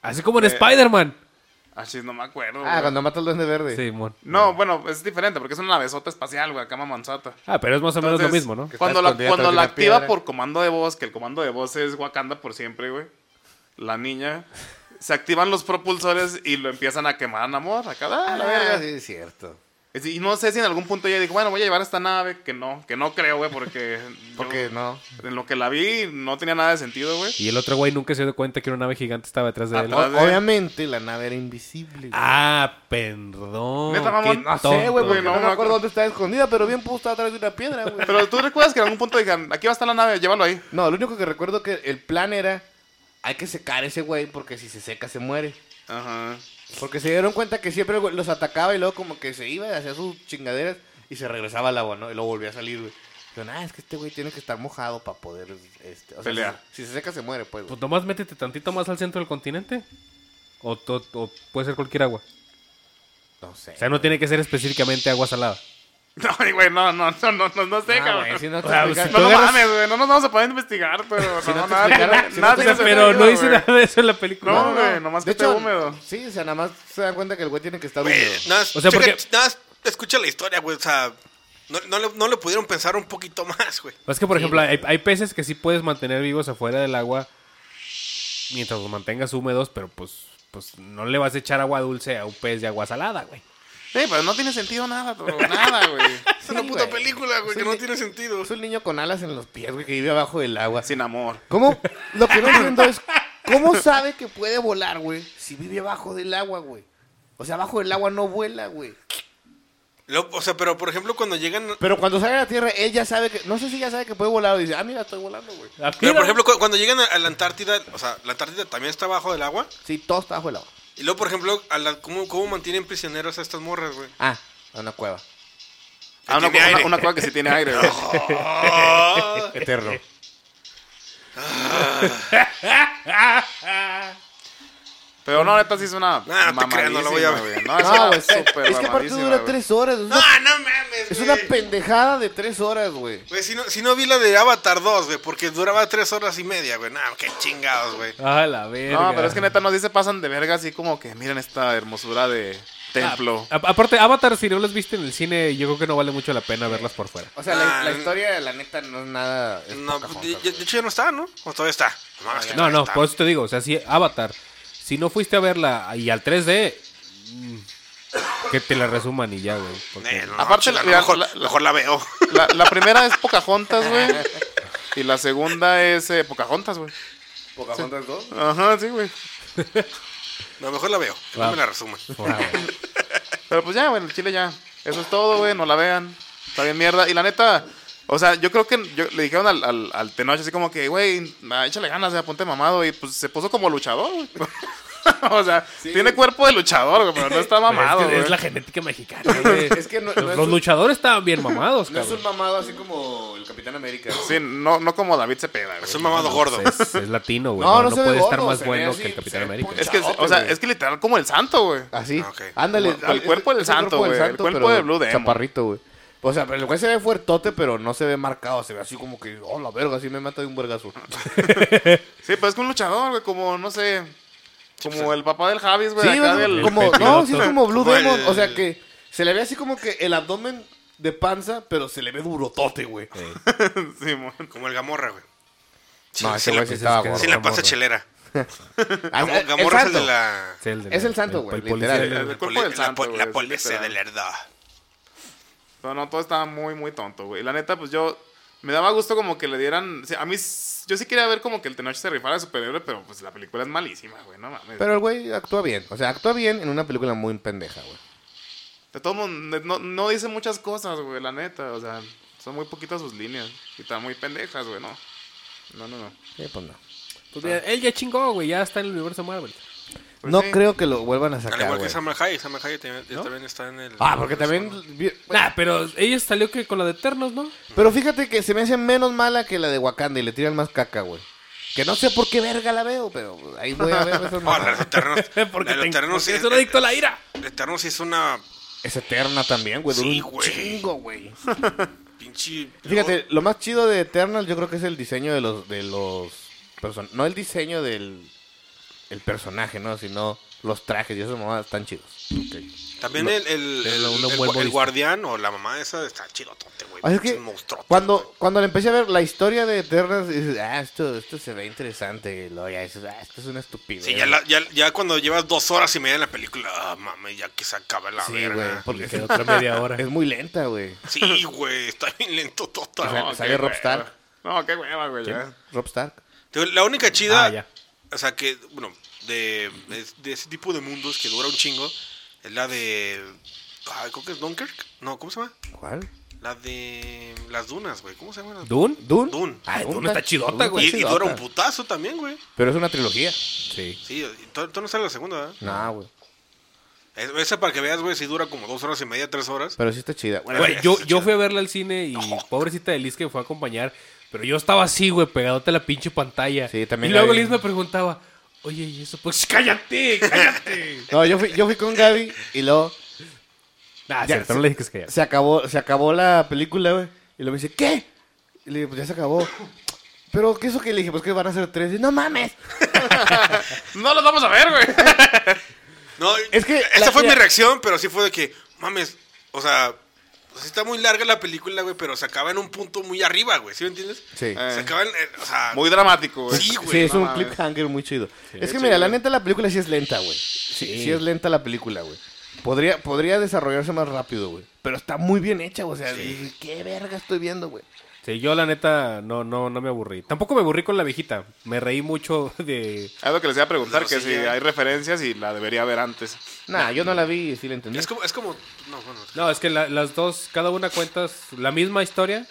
Así como en Spider-Man. Así no me acuerdo. Ah, güey. cuando mata al duende verde. Sí, mon. No, bueno, es diferente porque es una navezota espacial, güey, acá mamanzota. Ah, pero es más o menos lo mismo, ¿no? que está Cuando la, escondida cuando atrás de la una activa piedra. por comando de voz, que el comando de voz es Wakanda por siempre, güey. La niña. Se activan los propulsores y lo empiezan a quemar a Namor. Acá, ah, Ah, la la verga. verga, sí, es cierto. Es- Y no sé si en algún punto ella dijo, bueno, voy a llevar esta nave, que no, que no creo, güey, porque... yo- Porque no. En lo que la vi no tenía nada de sentido, güey. Y el otro güey nunca se dio cuenta que una nave gigante estaba detrás de él. Atrás. de- Obviamente la nave era invisible. güey. Ah, perdón. Neta, mamón, qué no No sé, güey, tonto. no me porque no, me acuerdo. acuerdo dónde estaba escondida, pero bien pudo estar atrás de una piedra, güey. Pero tú recuerdas que en algún punto dijeron, aquí va a estar la nave, llévalo ahí. No, lo único que recuerdo que el plan era hay que secar ese güey porque si se seca se muere. Ajá. Porque se dieron cuenta que siempre güey, los atacaba y luego como que se iba, hacía sus chingaderas y se regresaba al agua, ¿no? Y luego volvía a salir, güey. Pero nada, es que este güey tiene que estar mojado para poder este, o sea, Pelear. Si, si se seca se muere, pues. güey. Pues nomás métete tantito más al centro del continente. O, to- o puede ser cualquier agua. Pues, No sé. O sea, no tiene que ser específicamente agua salada. No, güey, no, no, no, no, no, no sé, Ah, cabrón. güey, si no te O sea, explica- si No, no tú agarras- mames, güey, no nos vamos a poder investigar, pero no, no te nada, explicaron, si no nada te O sea, tiene pero sentido, no hice güey. nada de eso en la película. No, güey, nomás que De esté hecho, húmedo. Sí, o sea, nada más se dan cuenta que el güey tiene que estar húmedo. Güey, nada, más O sea, checa- porque- nada más escucha la historia, güey. O sea, no, no, le, no le pudieron pensar un poquito más, güey. Es que, por Sí, ejemplo, no hay, hay peces que sí puedes mantener vivos afuera del agua mientras los mantengas húmedos, pero pues, pues no le vas a echar agua dulce a un pez de agua salada, güey. Sí, pero no tiene sentido nada, bro, nada, güey. Es una Sí, puta güey. película, güey, Es que un no ni- tiene sentido. Es un niño con alas en los pies, güey, que vive abajo del agua. Sin amor. ¿Cómo? Lo que no entiendo es, ¿cómo sabe que puede volar, güey? Si vive abajo del agua, güey. O sea, abajo del agua no vuela, güey. Lo- o sea, pero por ejemplo, cuando llegan. Pero cuando sale a la tierra, ella sabe que. No sé si ella sabe que puede volar o dice, ah, mira, estoy volando, güey. Pero por ejemplo, cu- cuando llegan a- a la Antártida, o sea, la Antártida también está abajo del agua. Sí, todo está bajo el agua. Y luego, por ejemplo, a la- ¿cómo, ¿cómo mantienen prisioneros a estas morras, güey? Ah, a una cueva. Ah, una, tiene una, aire. una cosa que sí tiene aire, güey. Ah, Eterno. Pero no, neta sí es una. Ah, no te creas, no lo voy a mamadísima, ver. güey. No, es No, una güey, es, Ah, súper es que aparte mamadísima, dura güey. tres horas. Es una, no, no mames, es una güey. pendejada de tres horas, güey. Güey, si no, si no vi la de Avatar 2, güey, porque duraba tres horas y media, güey. No, qué chingados, güey. Ah, la verga. No, pero es que neta nos dice pasan de verga así como que miren esta hermosura de templo. A- Ah, aparte, Avatar, si no las viste en el cine, yo creo que no vale mucho la pena verlas por fuera. O sea, la, Ah, la no. historia, la neta, no es nada. es No, pues, Pocahontas, de, de- güey. de hecho ya no está, ¿no? O todavía está. No, mames, que No, todavía no, pues, está. por eso te digo, o sea, si Avatar, si no fuiste a verla y al 3D, mm, que te la resuman y ya, güey. porque- Eh, no, no, Aparte, chila, la- mejor, la- la- mejor la veo. La, la primera es Pocahontas, güey. Y la segunda es eh, Pocahontas, güey. Pocahontas dos. Ajá, sí, güey. No, mejor la veo. que No Va. me la resumen. Ah, güey. Pero pues ya, güey, el chile ya. Eso es todo, güey, no la vean. Está bien mierda. Y la neta, o sea, yo creo que yo- le dijeron al, al, al Tenoch así como que, güey, na, échale ganas, ya, ponte mamado. Y pues se puso como luchador, güey. o sea, tiene cuerpo de luchador, güey, pero no está mamado, es, que güey. es la genética mexicana, güey. Es que no, no Los, es los un- luchadores estaban bien mamados, no es cabrón. un mamado así como el Capitán América. Sí, no, no como David Cepeda, güey. Es un mamado gordo. Es, es latino, güey. No, No, no no se ve puede estar gordo, más se ve bueno así, que el Capitán se ve América. Es que, Chaote, o sea, güey. es que literal como el santo, güey. Así. Ah, ok. Ándale. Como el- el cuerpo del es el santo, cuerpo del güey, el santo, cuerpo pero de Blue Demon. Chaparrito, güey. O sea, pero el güey se ve fuertote, pero no se ve marcado. Se ve así como que, oh, la verga, así me mata de un vergazo. Sí, pero es que un luchador, güey, como, no sé, como el papá del Javis, güey, sí, acá güey, del... como, piloto. no, sí es como Blue Como Demon. el- O sea, que se le ve así como que el abdomen de panza, pero se le ve durotote, güey. Sí, mon. Como el Gamorra, güey. Sí, No, sí ese la, güey sí estaba sí, gordo. sí la pasa Gamorra. chelera. Ah, Gamo- el Gamorra es el santo. de la... Sí, de es la- el santo, güey, el policía literal. del- El cuerpo del la santo, po- güey, La sí, policía de literal. la verdad. No, no, todo estaba muy, muy tonto, güey. La neta, pues yo. Me daba gusto como que le dieran. o sea, a mí. s- Yo sí quería ver como que el Tenoch se rifara de superhéroe, pero pues la película es malísima, güey. No mames. Pero el güey actúa bien. O sea, actúa bien en una película muy pendeja, güey. De todo mundo. No, no dice muchas cosas, güey, la neta. O sea, son muy poquitas sus líneas. Y están muy pendejas, güey, no. No, no, no. Sí, pues no. Pues mira, él ya chingó, güey. Ya está en el universo Marvel. Pues no sí. creo que lo vuelvan a Al sacar, igual güey. que Samuel Hayek. Samuel Hayek también, también está en el... Ah, porque también... vi- Nah, pero ella salió que con la de Eternos, ¿no? Pero fíjate que se me hace menos mala que la de Wakanda y le tiran más caca, güey. Que no sé por qué verga la veo, pero ahí voy a ver esas No, la de mamadas. los Eternos... porque la de los te, Eternos porque sí- es un adicto a la ira. Eternos sí es una Es eterna también, güey. dura Sí, un güey. chingo, güey. Pinche. Fíjate, lo más chido de Eternal yo creo que es el diseño de los de los person- no el diseño del el personaje, ¿no? Sino los trajes y esas mamadas están chidos. También el, el, de el, la- un el buen gua- el bolista. guardián o la mamá esa está chidotote, güey. Así Ah, es Pinche que monstruote, cuando, cuando le empecé a ver la historia de Eternal, dices, ah, esto, esto se ve interesante. Y luego ya dices, ah, esto es una estupidez. Sí, ya, la- ya, ya cuando llevas dos horas y media en la película, ah, mami, ya que se acaba la Sí, güey, verga. porque Le es, queda otra media hora. es muy lenta, güey. Sí, güey, está bien lento O sea, total. No, sale qué Rob Stark. hueva. No, qué hueva, güey. ya. Rob Stark. Digo, La única chida, Ah, ya. o sea, que, bueno, de, de, de ese tipo de mundos que dura un chingo, es la de. ah, creo que es Dunkirk. No, ¿cómo se llama? ¿Cuál? La de las dunas, güey. ¿Cómo se llama? ¿Dune? Dune. Dune. Ah, Dune está chidota, güey. Y, está y dura un chidota. putazo también, güey. Pero es una trilogía. Sí. Sí, y to- to no sale la segunda, ¿verdad? No, güey. Es- Esa para que veas, güey, si dura como dos horas y media, tres horas. Pero sí está chida. Bueno, Güey, Esa yo, está yo chida. fui a verla al cine y pobrecita de Liz que me fue a acompañar, pero yo estaba así, güey, pegadote a la pinche pantalla. Sí, también y luego la vi. Liz me preguntaba, oye, ¿y eso? Pues cállate, cállate. No, yo fui, yo fui con Gaby y luego nah, Ya, cierto, sí. no le dije que se callara. se acabó, se acabó la película, güey. Y luego me dice, ¿qué? Y le digo, pues ya se acabó. Pero, ¿qué es eso que le dije? Pues que van a ser tres. Y, no mames. No los vamos a ver, güey. No, Es que la- Esa fue mira- mi reacción, pero sí fue de que, mames, o sea, sí está muy larga la película, güey, pero se acaba en un punto muy arriba, güey, ¿sí me entiendes? Sí. Eh, Se acaba en, eh, o sea, Muy dramático, güey. sí, sí, güey. es no un mames. cliffhanger muy chido. es que chido. mira, la neta la película sí es lenta, güey. Sí, sí es lenta la película, güey. Podría, podría desarrollarse más rápido, güey. Pero está muy bien hecha, o sea, dices, qué verga estoy viendo, güey. Sí, yo la neta no, no, no me aburrí. Tampoco me aburrí con la viejita. Me reí mucho de... Es lo que les iba a preguntar, No, que sí, si ya. hay referencias y la debería ver antes. Nah, yo no la vi y sí la entendí. Es como, es como, no, bueno, es que- No, es que la- las dos, cada una cuenta la misma historia.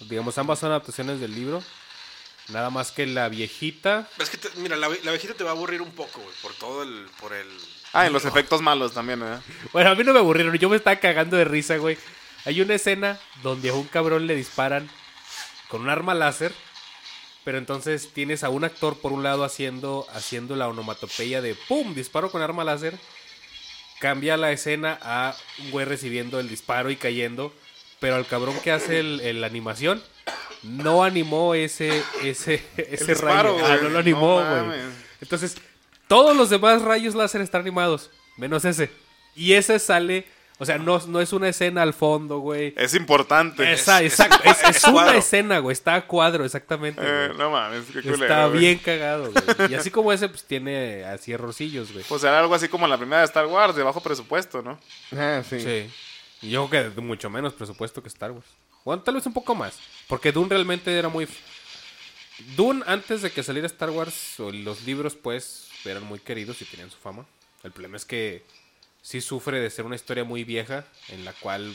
Digamos, ambas son adaptaciones del libro. Nada más que la viejita... es que, te- mira, la, ve- la abejita te va a aburrir un poco, güey, por todo el, por el... Ah, en los efectos malos también, ¿eh? ¿verdad? Bueno, a mí no me aburrieron, yo me estaba cagando de risa, güey. Hay una escena donde a un cabrón le disparan con un arma láser, pero entonces tienes a un actor por un lado haciendo, haciendo la onomatopeya de ¡pum! disparo con arma láser. Cambia la escena a un güey recibiendo el disparo y cayendo, pero al cabrón que hace el- el- la animación no animó ese, ese, ese disparo, rayo. Ah, güey. no lo animó, No güey. mames. Entonces, todos los demás rayos láser están animados, menos ese. Y ese sale, o sea, no, no es una escena al fondo, güey. Es importante. Esa, es- exacto, es, es es una cuadro. escena, güey, está a cuadro, exactamente. Eh, güey. no mames, qué culero. está güey. bien cagado, güey. Y así como ese, pues tiene así errorcillos, güey. Pues era algo así como la primera de Star Wars, de bajo presupuesto, ¿no? Ah, sí. Sí. Y yo creo que mucho menos presupuesto que Star Wars. Bueno, tal vez un poco más. Porque Dune realmente era muy. Dune, antes de que saliera Star Wars, o los libros, pues, eran muy queridos y tenían su fama. El problema es que sí sufre de ser una historia muy vieja, en la cual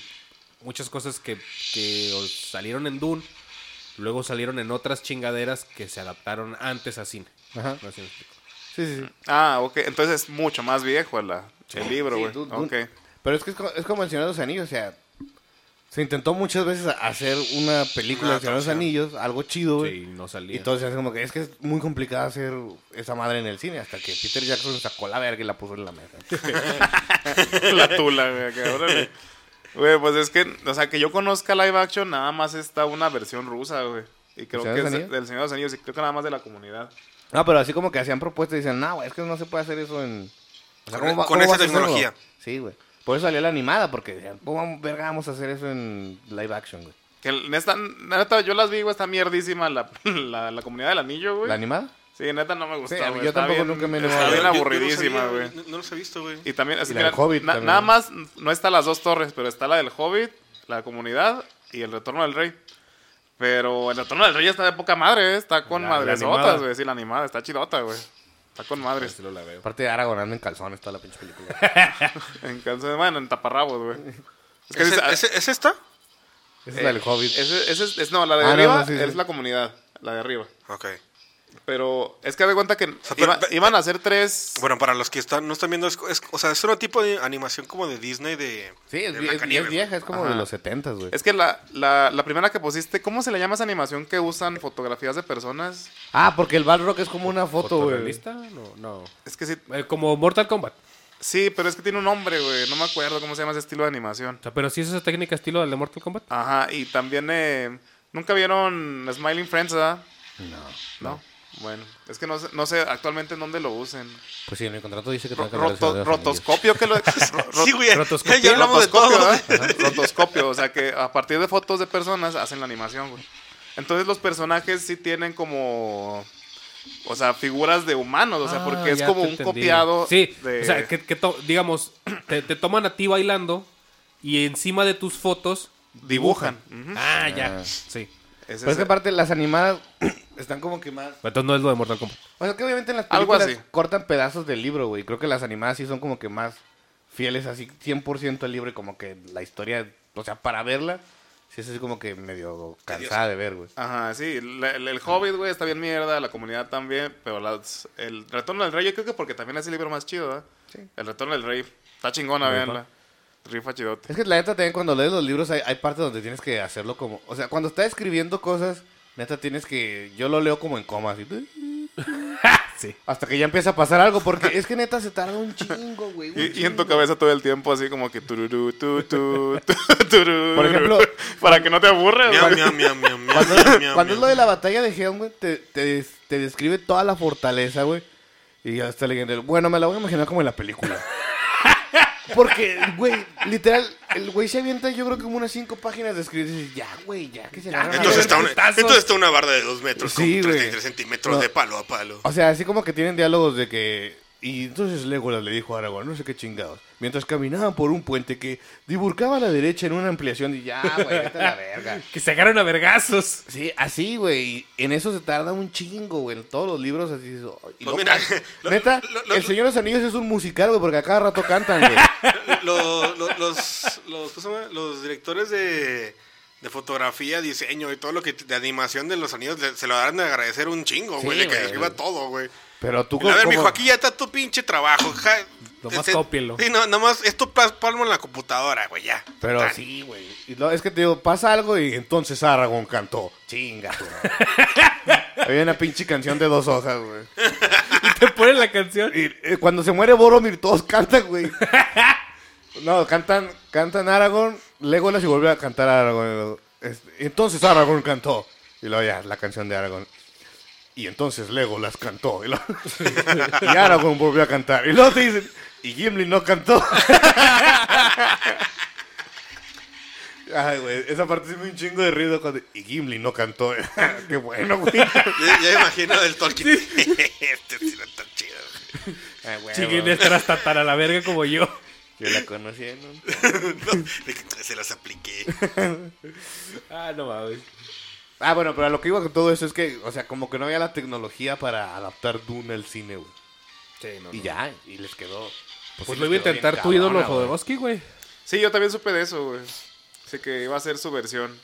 muchas cosas que, que o salieron en Dune, luego salieron en otras chingaderas que se adaptaron antes a cine. Ajá. No sé si me explico. Sí, sí, sí. Ah, ok. Entonces es mucho más viejo la, el libro, Sí, güey. tú- tú- ok. Pero es que es como, es como el Señor de los Anillos, o sea, se intentó muchas veces a- hacer una película Una del Señor de los adaptación. Anillos, algo chido, güey. Sí, no salía. y todos se hacen como que es que es muy complicado hacer esa madre en el cine, hasta que Peter Jackson sacó la verga y la puso en la mesa. La tula, güey. que, órale. Güey, pues es que, o sea, que yo conozca live action, nada más está una versión rusa, güey. Y creo ¿El Señor que de los es Anillos? del Señor de los Anillos, y creo que nada más de la comunidad. No, pero así como que hacían propuestas y dicen, no, güey, es que no se puede hacer eso en... o sea, Con- ¿cómo va- con cómo esa vas a hacerlo?" tecnología. Sí, güey. Por eso salió la animada, porque decían, ¿cómo vamos- verga vamos a hacer eso en live action, güey? Que el- neta, neta, yo las vi, güey, está mierdísima la, la, la comunidad del anillo, güey. ¿La animada? Sí, neta, no me gustó, Sí, a mí- güey. yo Está tampoco bien- nunca me Está enamoré. bien Yo- yo no aburridísima, sabía, güey. No, no los he visto, güey. Y también, así Y que la del na- Hobbit na- también. nada más, no está las dos torres, pero está la del Hobbit, la comunidad y el retorno del rey. Pero el retorno del rey está de poca madre, ¿eh? está con La- la animada. madresotas, güey. Sí, la animada, está chidota, güey. Está con Pero Pues, madres. sí Este lo la veo. Aparte de Aragorn anda en calzones toda la pinche película. Entonces, bueno, en taparrabos, güey. Es ¿Es, e, dice- es- es esta? Esa es la del eh, Hobbit. ese- ese es- es- no, la de Ah, no, arriba no, sí, sí. es la comunidad, la de arriba. Ok. Pero es que de cuenta que pero- iba- pero- iban a hacer tres... Bueno, para los que están, no están viendo, es, es- o sea, es un tipo de animación como de Disney de... Sí, es, de vie- es Blancanieves, güey. vieja, es como Ajá. de los 70, güey. Es que la, la, la primera que pusiste, ¿cómo se le llama esa animación que usan fotografías de personas? Ah, porque el Balrog es como una foto, güey. ¿Fotorrealista? No, no. Es que sí, Eh, como Mortal Kombat. Sí, pero es que tiene un nombre, güey. No me acuerdo cómo se llama ese estilo de animación. O sea, pero sí es esa técnica estilo del de Mortal Kombat. Ajá, y también. eh, ¿Nunca vieron Smiling Friends, verdad? No. No. Bueno, es que no sé, no sé actualmente en dónde lo usen. Pues sí, en el contrato dice que tengo que Ro- hablar de Señor de roto- los Anillos. rotoscopio, que lo. ro- Sí, güey. ya- rotoscopio. Ya hablamos de Rotoscopio, ¿eh? todo. ¿verdad? Rotoscopio, o sea que a partir de fotos de personas hacen la animación, güey. Entonces los personajes sí tienen como. O sea, figuras de humanos, o sea, Ah, porque es ya como te un entendí. copiado. Sí, de- o sea, que, que to- digamos, te, te toman a ti bailando y encima de tus fotos dibujan. eh. Ujú. Ah, ya. Sí. Ese Pero es es- que aparte las animadas están como que más... Pero Entonces no es lo de Mortal Kombat. O sea, que obviamente en las Algo películas así. cortan pedazos del libro, güey. Creo que las animadas sí son como que más fieles así 100% al libro y como que la historia, o sea, para verla, sí es así como que medio cansada de ver, güey. Ajá, sí. la- El, el Hobbit, güey, está bien mierda. La comunidad también. Pero las- el Retorno del Rey, yo creo que porque también es el libro más chido, ¿verdad? El Retorno del Rey. Está chingona, véanla. Rifa chidote. Es que la neta también cuando lees los libros hay, hay partes donde tienes que hacerlo como... O sea, cuando estás escribiendo cosas, neta tienes que... Yo lo leo como en coma, así... Sí. Hasta que ya empieza a pasar algo, porque es que neta se tarda un chingo, güey. un Y, y en tu chingo. cabeza todo el tiempo, así como que tururú, tu, tu, tu, tururú. Por ejemplo- Para que no te aburras, Miau, güey. miau, miau, miau, miau, Cuando, miau, miau, cuando es miau. lo de la batalla de Helm, güey, te, te, des- te describe toda la fortaleza, güey. Y ya está leyendo. Bueno, me la voy a imaginar como en la película. Porque, güey, literal, el güey se avienta, yo creo que como unas cinco páginas de escribir. Y dices, ya, güey, ya, que se la hagan a Entonces ver". está, una, putazos. entonces está una barda de dos metros Sí, con güey. 33 centímetros No. de palo a palo. O sea, así como que tienen diálogos de que... Y entonces Legolas le dijo a Aragorn, no sé qué chingados. Mientras caminaban por un puente que diburcaba a la derecha en una ampliación. Y ya, güey, vete a la verga. Que se agarran a vergazos. Sí, así, güey. y En eso se tarda un chingo, güey. En todos los libros así. eso- y Pues no mira, can- lo- Neta, lo- lo- El Señor de los Anillos es un musical, güey, porque a cada rato cantan, güey. Lo- lo- los, los, ¿cómo se llama? los directores de, de fotografía, diseño y todo lo que de animación de los sonidos le- se lo harán de agradecer un chingo, Sí, güey, de que güey. escriba todo, güey. Pero tú A ver, como- mijo, aquí ya está tu pinche trabajo. ja. Nomás Este- cópielo. Sí, no, nomás esto pa- palmo en la computadora, güey, ya. Pero Tan. sí, güey. Y lo- Es que te digo, pasa algo y entonces Aragón cantó. Chinga, tu madre. Había una pinche canción de dos hojas, güey. Te ponen la canción. Y eh, cuando se muere Boromir, todos cantan, güey. No, cantan, cantan Aragorn, Legolas y vuelve a cantar Aragorn. y luego, este, entonces Aragorn cantó. Y luego ya, la canción de Aragorn. Y entonces Legolas cantó. Y, luego- y Aragorn volvió a cantar. Y luego te dicen, y Gimli no cantó. Ay, güey, esa parte sí me dio un chingo de ruido cuando... Y Gimli no cantó. Qué bueno, güey. Ya, ya imagino del Tolkien. este sí no está chido. Eh, Ay, güey, Chiquín, estarás tan a la verga como yo. Yo la conocí en un- No, de que se las apliqué. Ah, no mames. Ah, bueno, pero a lo que iba con todo eso es que, o sea, como que no había la tecnología para adaptar Dune al cine, güey. Y ya, y les quedó. Pues, sí lo les iba a quedó intentar bien tu ídolo cabrona, güey. Jodorowsky, güey. Sí, yo también supe de eso, güey. Así que iba a ser su versión.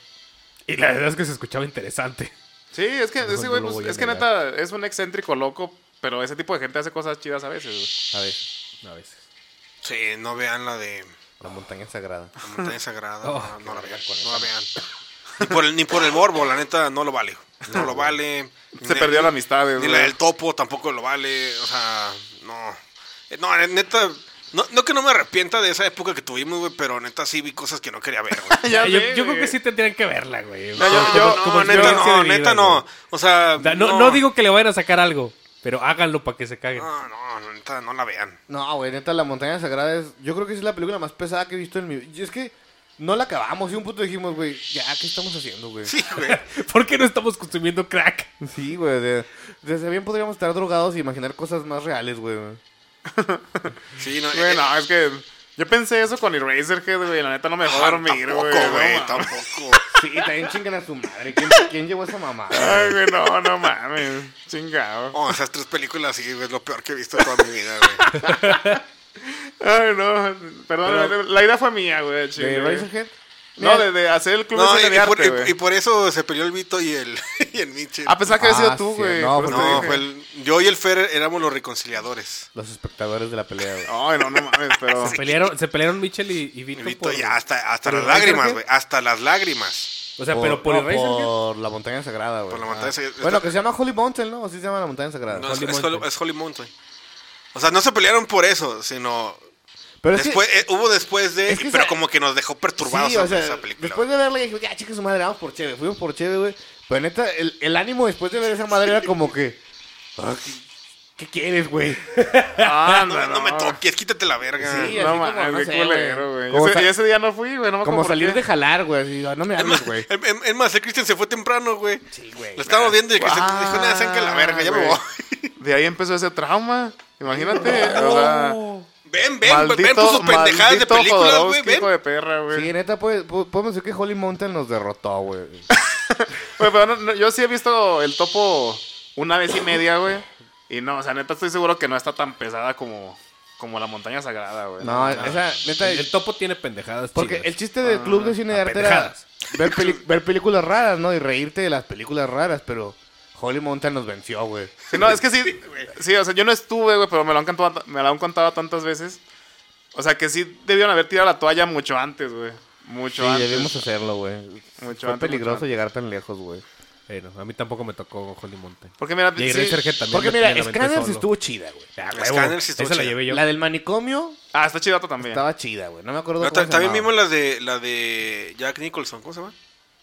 Y la verdad es que se escuchaba interesante. Sí, es que No, ese no güey, lo pues, voy a es que neta, es un excéntrico loco, pero ese tipo de gente hace cosas chidas a veces, güey. A ver, A veces. Sí, no vean la de la montaña sagrada. la montaña sagrada. Oh, no, no la vean, con no la vean. Ni por, el, ni por el morbo, la neta, no lo vale. No lo vale. Se Ni- perdió la amistad, güey. Ni la del topo tampoco lo vale. O sea, no. Eh, No, eh, neta. No, no que no me arrepienta de esa época que tuvimos, güey, pero neta sí vi cosas que no quería ver, güey. Ya Eh, yo, sé, yo creo güey. que sí tendrían que verla, güey. No, yo- Como- yo- como- como no, neta experiencia no, de vida, neta güey. no. O sea, O sea, No, no digo que le vayan a sacar algo, pero háganlo para que se caguen. No, no, neta, no la vean. No, güey, neta, la montaña sagrada es. Yo creo que es la película más pesada que he visto en mi. Y es que no la acabamos. Y un punto dijimos, güey, ya, ¿qué estamos haciendo, güey? Sí, güey. ¿Por qué no estamos consumiendo crack? Sí, güey. de- desde bien podríamos estar drogados y imaginar cosas más reales, güey. Sí, no. Güey, eh, no, es que yo pensé eso con Eraserhead, güey. La neta no me dejó ah, dormir, güey. Tampoco, no güey, mames. tampoco. Sí, también chingan a su madre. ¿Quién, quién llevó esa mamá? Ay, güey, no, no mames. Chingado. Oh, esas tres películas sí, güey, es lo peor que he visto en toda mi vida, güey. Ay, no. Perdón, Pero- la idea fue mía, güey. ¿De chingue. Razorhead? No, de, de hacer el club No, ese y, de y por, arte, y- y güey. por eso se peleó el Vito y el, y el Michi. Ah, pensaba que había Ah, sido tú, sí, güey. no, por eso pues no, te fue dije. el, yo y el Fer éramos los reconciliadores. Los espectadores de la pelea, güey. Ay, no, no mames, pero. Se pelearon, se pelearon Mitchell y, y Vito. El Vito por- ya, hasta, hasta por las Eraserhead. lágrimas, güey. Hasta las lágrimas. O sea, pero por no, Eraserhead. por la montaña sagrada, güey. Por la montaña sagrada. Ah, Bueno, que se llama Holy Mountain, ¿no? ¿O sí se llama la montaña sagrada? No, es, Holy es Mountain. Holy- es Holy Mountain. O sea, no se pelearon por eso, sino. Pero es que- después, eh, hubo después de. es que pero esa- como que nos dejó perturbados Sí, o sea, esa película. después de verla dije, ya, chica su madre, vamos por chévere. Fuimos por chévere, güey. Pero neta, el, el ánimo después de ver esa madre era como que... "Ah, ¿qué, qué quieres, güey? Ah, no, no me toques, quítate la verga. Sí, No así mames, como, no qué sé, culero, güey. güey. Como Ese, sa- ese día no fui, güey. No me acuerdo Como por salir qué. de jalar, güey. así, "Ah, No me hables, güey. Es- em, es- Es más, el Christian se fue temprano, güey. Sí, güey. Lo estábamos viendo y el Christian Ah, dijo, nada, que la verga, ya me güey. voy. De ahí empezó ese trauma. Imagínate. o sea, Ven, ven, ven maldito, por sus pendejadas de maldito películas, güey, Jodorowsky, ven. hijo de perra, güey. Sí, neta, pues, po- podemos decir que Holy Mountain nos derrotó, güey. Güey, pero no- no, yo sí he visto el topo una vez y media, güey. Y no, o sea, neta estoy seguro que no está tan pesada como, como la montaña sagrada, güey. No, esa, neta... El topo tiene pendejadas. Porque chidas. el chiste del Ah, club de cine de arte era pendejadas. ver, peli- ver películas raras, ¿no? Y reírte de las películas raras, pero Holy Mountain nos venció, güey. Sí, no, es que sí, sí, o sea, yo no estuve, güey, pero me lo, han cantado- me lo han contado tantas veces. O sea, que sí debieron haber tirado la toalla mucho antes, güey. Mucho Sí, antes. debimos hacerlo, güey. Fue antes, mucho peligroso antes. llegar tan lejos, güey. Eh, no, a mí tampoco me tocó Holy Mountain. Porque mira, Y sí- Eraser Head también. Porque me- mira, me la aventé Scanners solo. estuvo chida, güey. Ah, huevo. Scanners sí estuvo Esa la chida. llevé yo. La del manicomio Ah, está chidata también. estaba chida, güey. No me acuerdo No, cómo ta- se también llamaba. vimos la de, la de Jack Nicholson, ¿cómo se llama?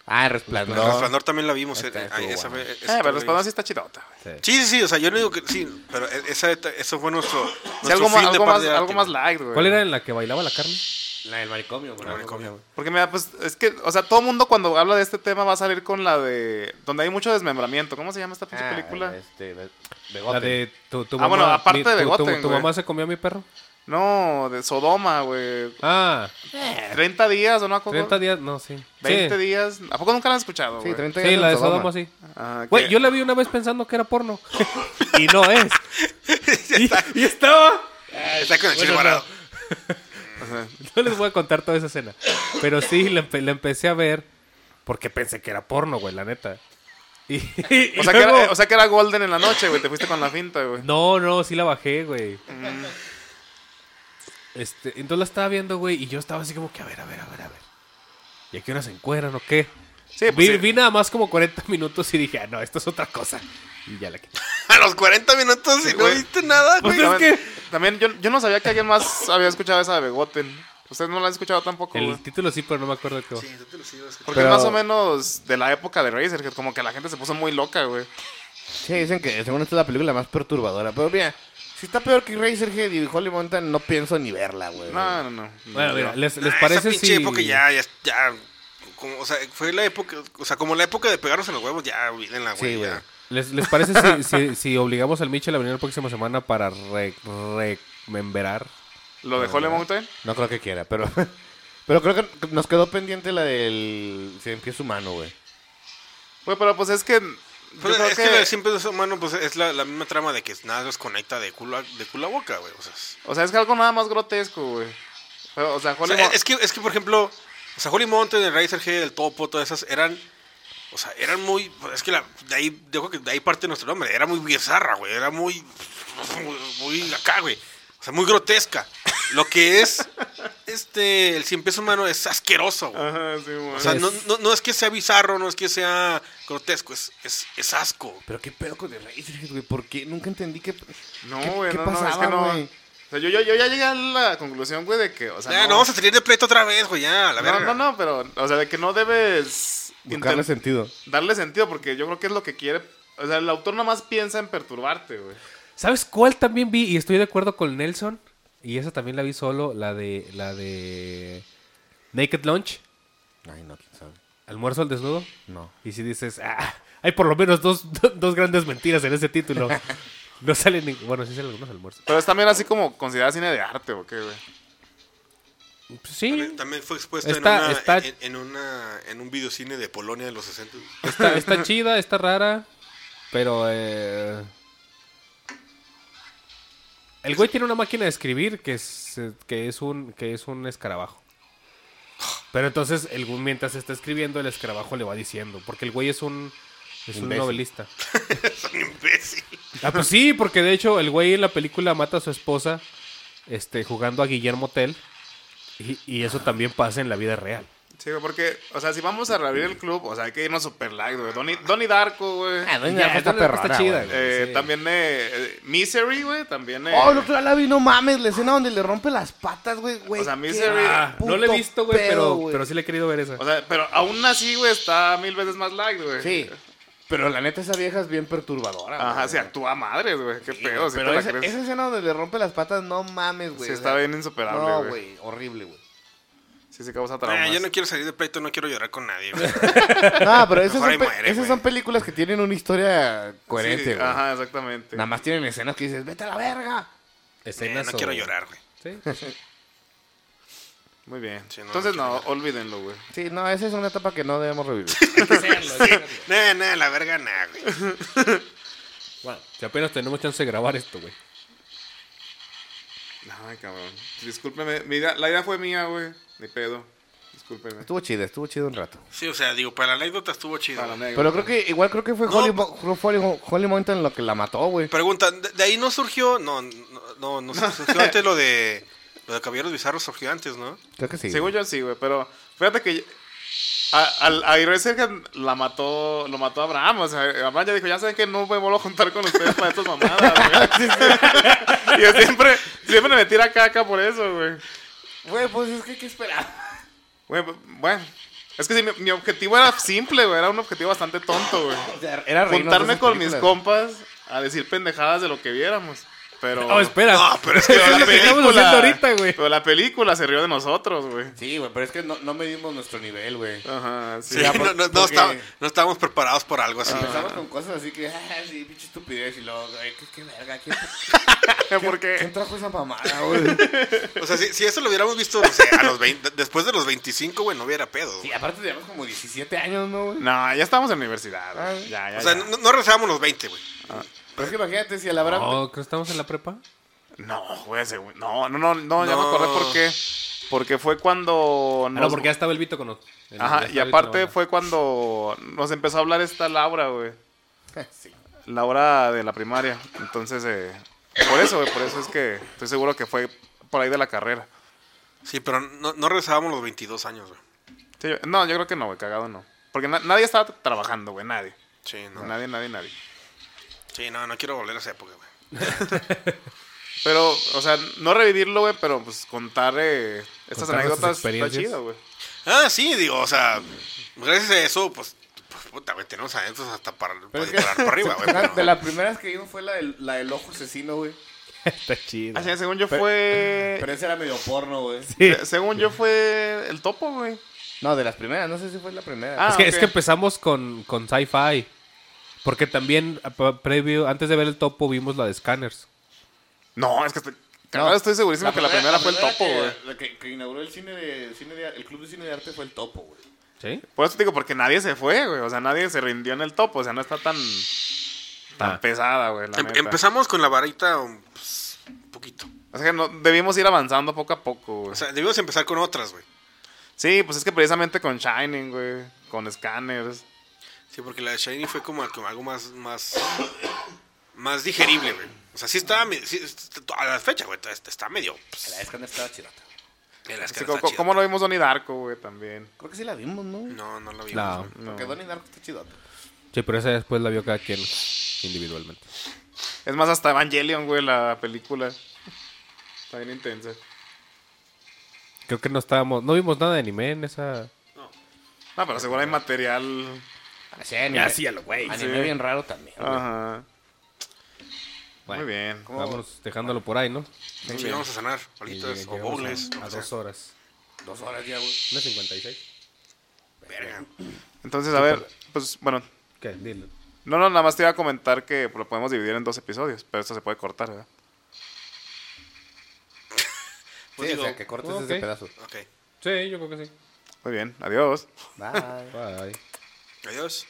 Ah, el resplandor. El Resplandor también la vimos. Esta eh, estuvo ay, esa buena. fue- Eh, esa pero el la resplandor vimos. sí está chidota, güey. Sí, sí, sí, o sea, yo no digo que sí, pero e- esa, eta- eso fue nuestro, Sí, nuestro algo, más, fin de algo, par más, de arte, algo más güey. light, güey. ¿Cuál era en la que bailaba la carne? Ah, La del manicomio, güey. La manicomio, güey. Porque mira, pues es que, o sea, todo mundo cuando habla de este tema va a salir con la de. Donde hay mucho desmembramiento. ¿Cómo se llama esta pinche Ah, película? Este, la, La Begotten. de tu, tu Ah, mamá. bueno, aparte mi- de tu- tu- Goten, tu, güey. mamá se comió a mi perro? No, de Sodoma, güey. Ah, 30 días o no, ¿A poco? 30 días, no, sí. 20 sí. días. ¿A poco nunca la han escuchado? Sí, güey? 30 Sí, días la en de Sodoma. Sodoma, sí. Ah, Güey, que- yo la vi una vez pensando que era porno. y no es. y, y estaba. Está con el chile Bueno, no. varado. No les voy a contar toda esa escena. Pero sí, la, empe- la empecé a ver porque pensé que era porno, güey, la neta. Y, y O sea, que luego- era, o sea que era Golden en la noche, güey. Te fuiste con la finta, güey. No, no, sí la bajé, güey. Este, entonces la estaba viendo, güey, y yo estaba así como que, a ver, a ver, a ver, a ver. ¿Y a qué hora se encueran o qué? Sí, pues, vi, sí. vi nada más como 40 minutos y dije, ah, no, esto es otra cosa. Y ya la quité. A los 40 minutos y no güey. viste nada, Pues güey. es También, que- también yo, yo no sabía que alguien más había escuchado esa de Begoten. Ustedes no la han escuchado tampoco, güey. El título sí, pero no me acuerdo de qué. va. Sí, yo te lo sigo, sí. Porque Pero- es más o menos de la época de Razer, que como que la gente se puso muy loca, güey. Sí, dicen que según esta es la película más perturbadora. Pero mira, si está peor que Razorhead y Holy Mountain, no pienso ni verla, güey. No, no, no. Bueno, No, mira, no. ¿les, les Ah, esa parece pinche si...? época ya, ya, ya, como, o sea, fue la época, o sea, como la época de pegarnos en los huevos, ya, olvídenla, güey. Sí, güey. ya. ¿Les, les parece si, si- si obligamos al Mitchell a venir la próxima semana para re- rememberar? ¿Lo de Holy Mountain? No creo que quiera, pero. Pero creo que nos quedó pendiente la del cien pies humano, güey. Güey, pero pues es que. yo Pero creo es que, que- la- siempre es humano, pues es la, la misma trama de que nada los conecta de culo a, de culo a boca, güey. O sea, es, O sea, es que algo nada más grotesco, güey. Pero, o sea, o Holy sea, Mountain. es que, es que, por ejemplo, o sea, Holy Mountain, el Razor Head, el Topo, todas esas eran, o sea, eran muy, pues, es que la, de ahí, dejo que de ahí parte nuestro nombre, era muy bizarra, güey, era muy, muy acá, güey. O sea, muy grotesca. Lo que es, este, el cien pies humano es asqueroso, güey. Ajá, sí, güey. O sea, Es- no, no, no es que sea bizarro, no es que sea grotesco, es, es, es asco. Pero qué pedo con el Razorhead, güey. ¿Por qué? Nunca entendí qué. no, ¿qué- güey, qué no, no, es pasaba, que no. güey? O sea, yo, yo, yo ya llegué a la conclusión, güey, de que. O sea, Ya, no. vamos a salir de pleito otra vez, güey, ya, la no, verdad. no, no, pero. O sea, de que no debes. Buscarle inten- sentido. darle sentido, porque yo creo que es lo que quiere. O sea, el autor nada más piensa en perturbarte, güey. ¿Sabes cuál también vi? Y estoy de acuerdo con Nelson. Y esa también la vi solo, la de. la de. Naked Lunch, Ay, no, quién sabe. almuerzo al desnudo. No. Y si dices, ah, hay por lo menos dos, do- dos grandes mentiras en ese título. No sale ni. Bueno, sí salen algunos almuerzos. Pero es también así como considerada cine de arte, ¿o qué, güey? Pues sí, También, también fue expuesto Está- en, una, está- en, en una en un videocine de Polonia de los 60. está, está chida, está rara. Pero. eh, El güey tiene una máquina de escribir que es, eh, que es, un, que es un escarabajo. Pero entonces, el, güey, mientras está escribiendo, el escarabajo le va diciendo. Porque el güey es un, es un Imbécil. novelista. Es un imbécil. Ah, pues sí, porque de hecho el güey en la película mata a su esposa este, jugando a Guillermo Tell. Y, y eso también pasa en la vida real. Sí, güey, porque, o sea, si vamos a reabrir el club, o sea, hay que irnos super light, güey. Donnie, Donnie Darko, güey. Ah, Doña Ya, Rafa está Doña Rafa perrona, está chida, güey. güey. Eh, sí. También eh, eh, Misery, güey. También. eh, Oh, el otro día la vi, no mames, la escena donde le rompe las patas, güey, güey. O sea, a mí qué se ve- Ah, no la he puto visto, güey, pedo, pero, güey. pero sí le he querido ver esa. O sea, pero aún así, güey, está mil veces más light, güey. Sí, pero la neta esa vieja es bien perturbadora, Ajá, güey. se actúa madres, güey. Qué pedo, si Pero te la esa, crees. esa escena donde le rompe las patas, no mames, güey. sí, o está sea, bien insuperable, No, güey. güey, horrible, güey. Sí, se causa Ah, traumas. yo no quiero salir de pleito, no quiero llorar con nadie. güey. No, pero esas, Mejor son, ahí pe- muere, esas güey. son películas que tienen una historia coherente, Sí, güey. Ajá, exactamente. Nada más tienen escenas que dices, vete a la verga. Eh, Escenas no o- quiero llorar, güey. Sí. Muy bien. Sí, no, Entonces, no no, olvídenlo, güey. Sí, no, esa es una etapa que no debemos revivir. Nah, nah, la verga, nah, güey. Bueno, si apenas tenemos chance de grabar esto, güey. Ay, cabrón. Discúlpeme. mi idea- la idea fue mía, güey. Ni pedo. Discúlpeme. estuvo chida, estuvo chido un rato. Sí, o sea, digo, para la anécdota estuvo chido. Para la güey. negra. Pero creo que, igual creo que fue No. Holly, Mo- creo fue Holly- Holly Mountain lo que la mató, güey. Pregunta, ¿de, de ahí no surgió? No, no, no, no surgió antes lo de... Lo de Caballeros Bizarros surgió antes, ¿no? Creo que sí. Según yo sí, güey, pero fíjate que a, al a Aguirre Cerca la mató, lo mató Abraham, o sea, Abraham ya dijo, ya saben que no me vuelvo a juntar con ustedes para estas mamadas, güey. y yo siempre, siempre me tira caca por eso, güey. Güey, pues es que hay que esperar. Güey, bu- Bueno, es que sí, mi, mi objetivo era simple, güey, era un objetivo bastante tonto, güey. O sea, era reírnos de Juntarme esas con mis películas. compas a decir pendejadas de lo que viéramos, pero... Oh, espera. No, pero es que Eso es pero la lo que estamos haciendo película, ahorita, güey. pero la película se rió de nosotros, güey. Sí, güey, pero es que no, no medimos nuestro nivel, güey. Ajá, sí. pues, Sí, pues, Ya, no, por- no, no porque- estaba- no estábamos preparados por algo Ah. así. Empezamos con cosas así que, ah, sí, pinche estupidez y luego, güey, qué, qué verga, ¿quién, Porque... quién trajo esa mamada, güey? O sea, si, si eso lo hubiéramos visto, no sé, a los 20 después de los 25, güey, no hubiera pedo. Sí, güey. aparte teníamos como 17 años, ¿no, güey? No, ya estábamos en la universidad. güey. Ah. Ya, ya, o sea, ya. no, no regresábamos los 20, güey. Pero es que imagínate si a la verdad... No, Oh, creo que estamos en la prepa. No, güey, ese güey- No, no, no, no, ya me No. acordé por qué. Porque fue cuando. Ah, Nos... no, porque ya estaba el Vito con nosotros. Ajá, y aparte fue cuando nos empezó a hablar esta Laura, güey. Sí. Laura de la primaria. Entonces, eh, por eso, güey, por eso es que estoy seguro que fue por ahí de la carrera. Sí, pero no, no regresábamos los 22 años, güey. Sí, yo- no, yo creo que no, güey, cagado no. Porque na- nadie estaba t- trabajando, güey, nadie. Sí, no. Nadie, nadie, nadie. Sí, no, no quiero volver a esa época, güey. Pero, o sea, no revivirlo, güey, pero pues contar eh, estas Contar nuestras anécdotas está experiencias. chido, güey. Ah, sí, digo, o sea, gracias a eso, pues, pues puta, güey, tenemos adentros hasta para, para Pero es que- disparar para arriba, güey. Una pero- de las primeras que vimos fue la del, la del ojo asesino, güey. Está chido. Así, según yo Pero- eh, fue. Pero ese era medio porno, güey. Se- Según yo fue el topo, güey. No, de las primeras, no sé si fue la primera. Ah, es, que, ok. es que empezamos con, con sci-fi. Porque también, a- pre- previo, antes de ver el topo, vimos la de Scanners. No, es que estoy, cabrón, estoy segurísimo que la primera fue el topo, güey. La que, que inauguró el cine de, cine de- el club de cine de arte fue el topo, güey. ¿Sí? Por eso te digo, porque nadie se fue, güey. O sea, nadie se rindió en el topo. O sea, no está tan, tan Ah. pesada, güey. La Em- neta. empezamos con la varita, pues, un poquito. O sea, que no, debimos ir avanzando poco a poco, güey. O sea, debimos empezar con otras, güey. sí, pues es que precisamente con Shining, güey. Con Scanners. Sí, porque la de Shiny fue como, como algo más, más, más digerible, güey. O sea, sí estaba, me- sí, a la fecha, güey, está- está medio, pues, La de Scanner estaba chirata. en las Sí, caras co- está co- chida. ¿Cómo lo vimos Donnie Darko, güey, también? Creo que sí la vimos, ¿no? No, no la vimos. No. güey. No. Porque Donnie Darko está chidota. Sí, pero esa después la vio cada quien individualmente. Es más, hasta Evangelion, güey, la película. Está bien intensa. Creo que no estábamos... No vimos nada de anime en esa... No, pero seguro hay material. Sí, anime. a lo güey. Anime sí. bien raro también. güey. Ajá. Bueno, Muy bien. ¿Cómo? Vámonos dejándolo por ahí, ¿no? Sí, vamos a sanar, bolitas o Llegamos bowls. a, a dos horas. Dos horas ya, güey. ¿Una 56? Verga. Entonces, a ver, pues bueno, ¿Qué? Dilo. No, no, nada más te iba a comentar que lo podemos dividir en dos episodios, pero esto se puede cortar, ¿verdad? Sí, o sea, que cortes Ok. ese pedazo. Pues Ok. Sí, yo creo que sí. Muy bien, adiós. Bye. Bye. Adiós.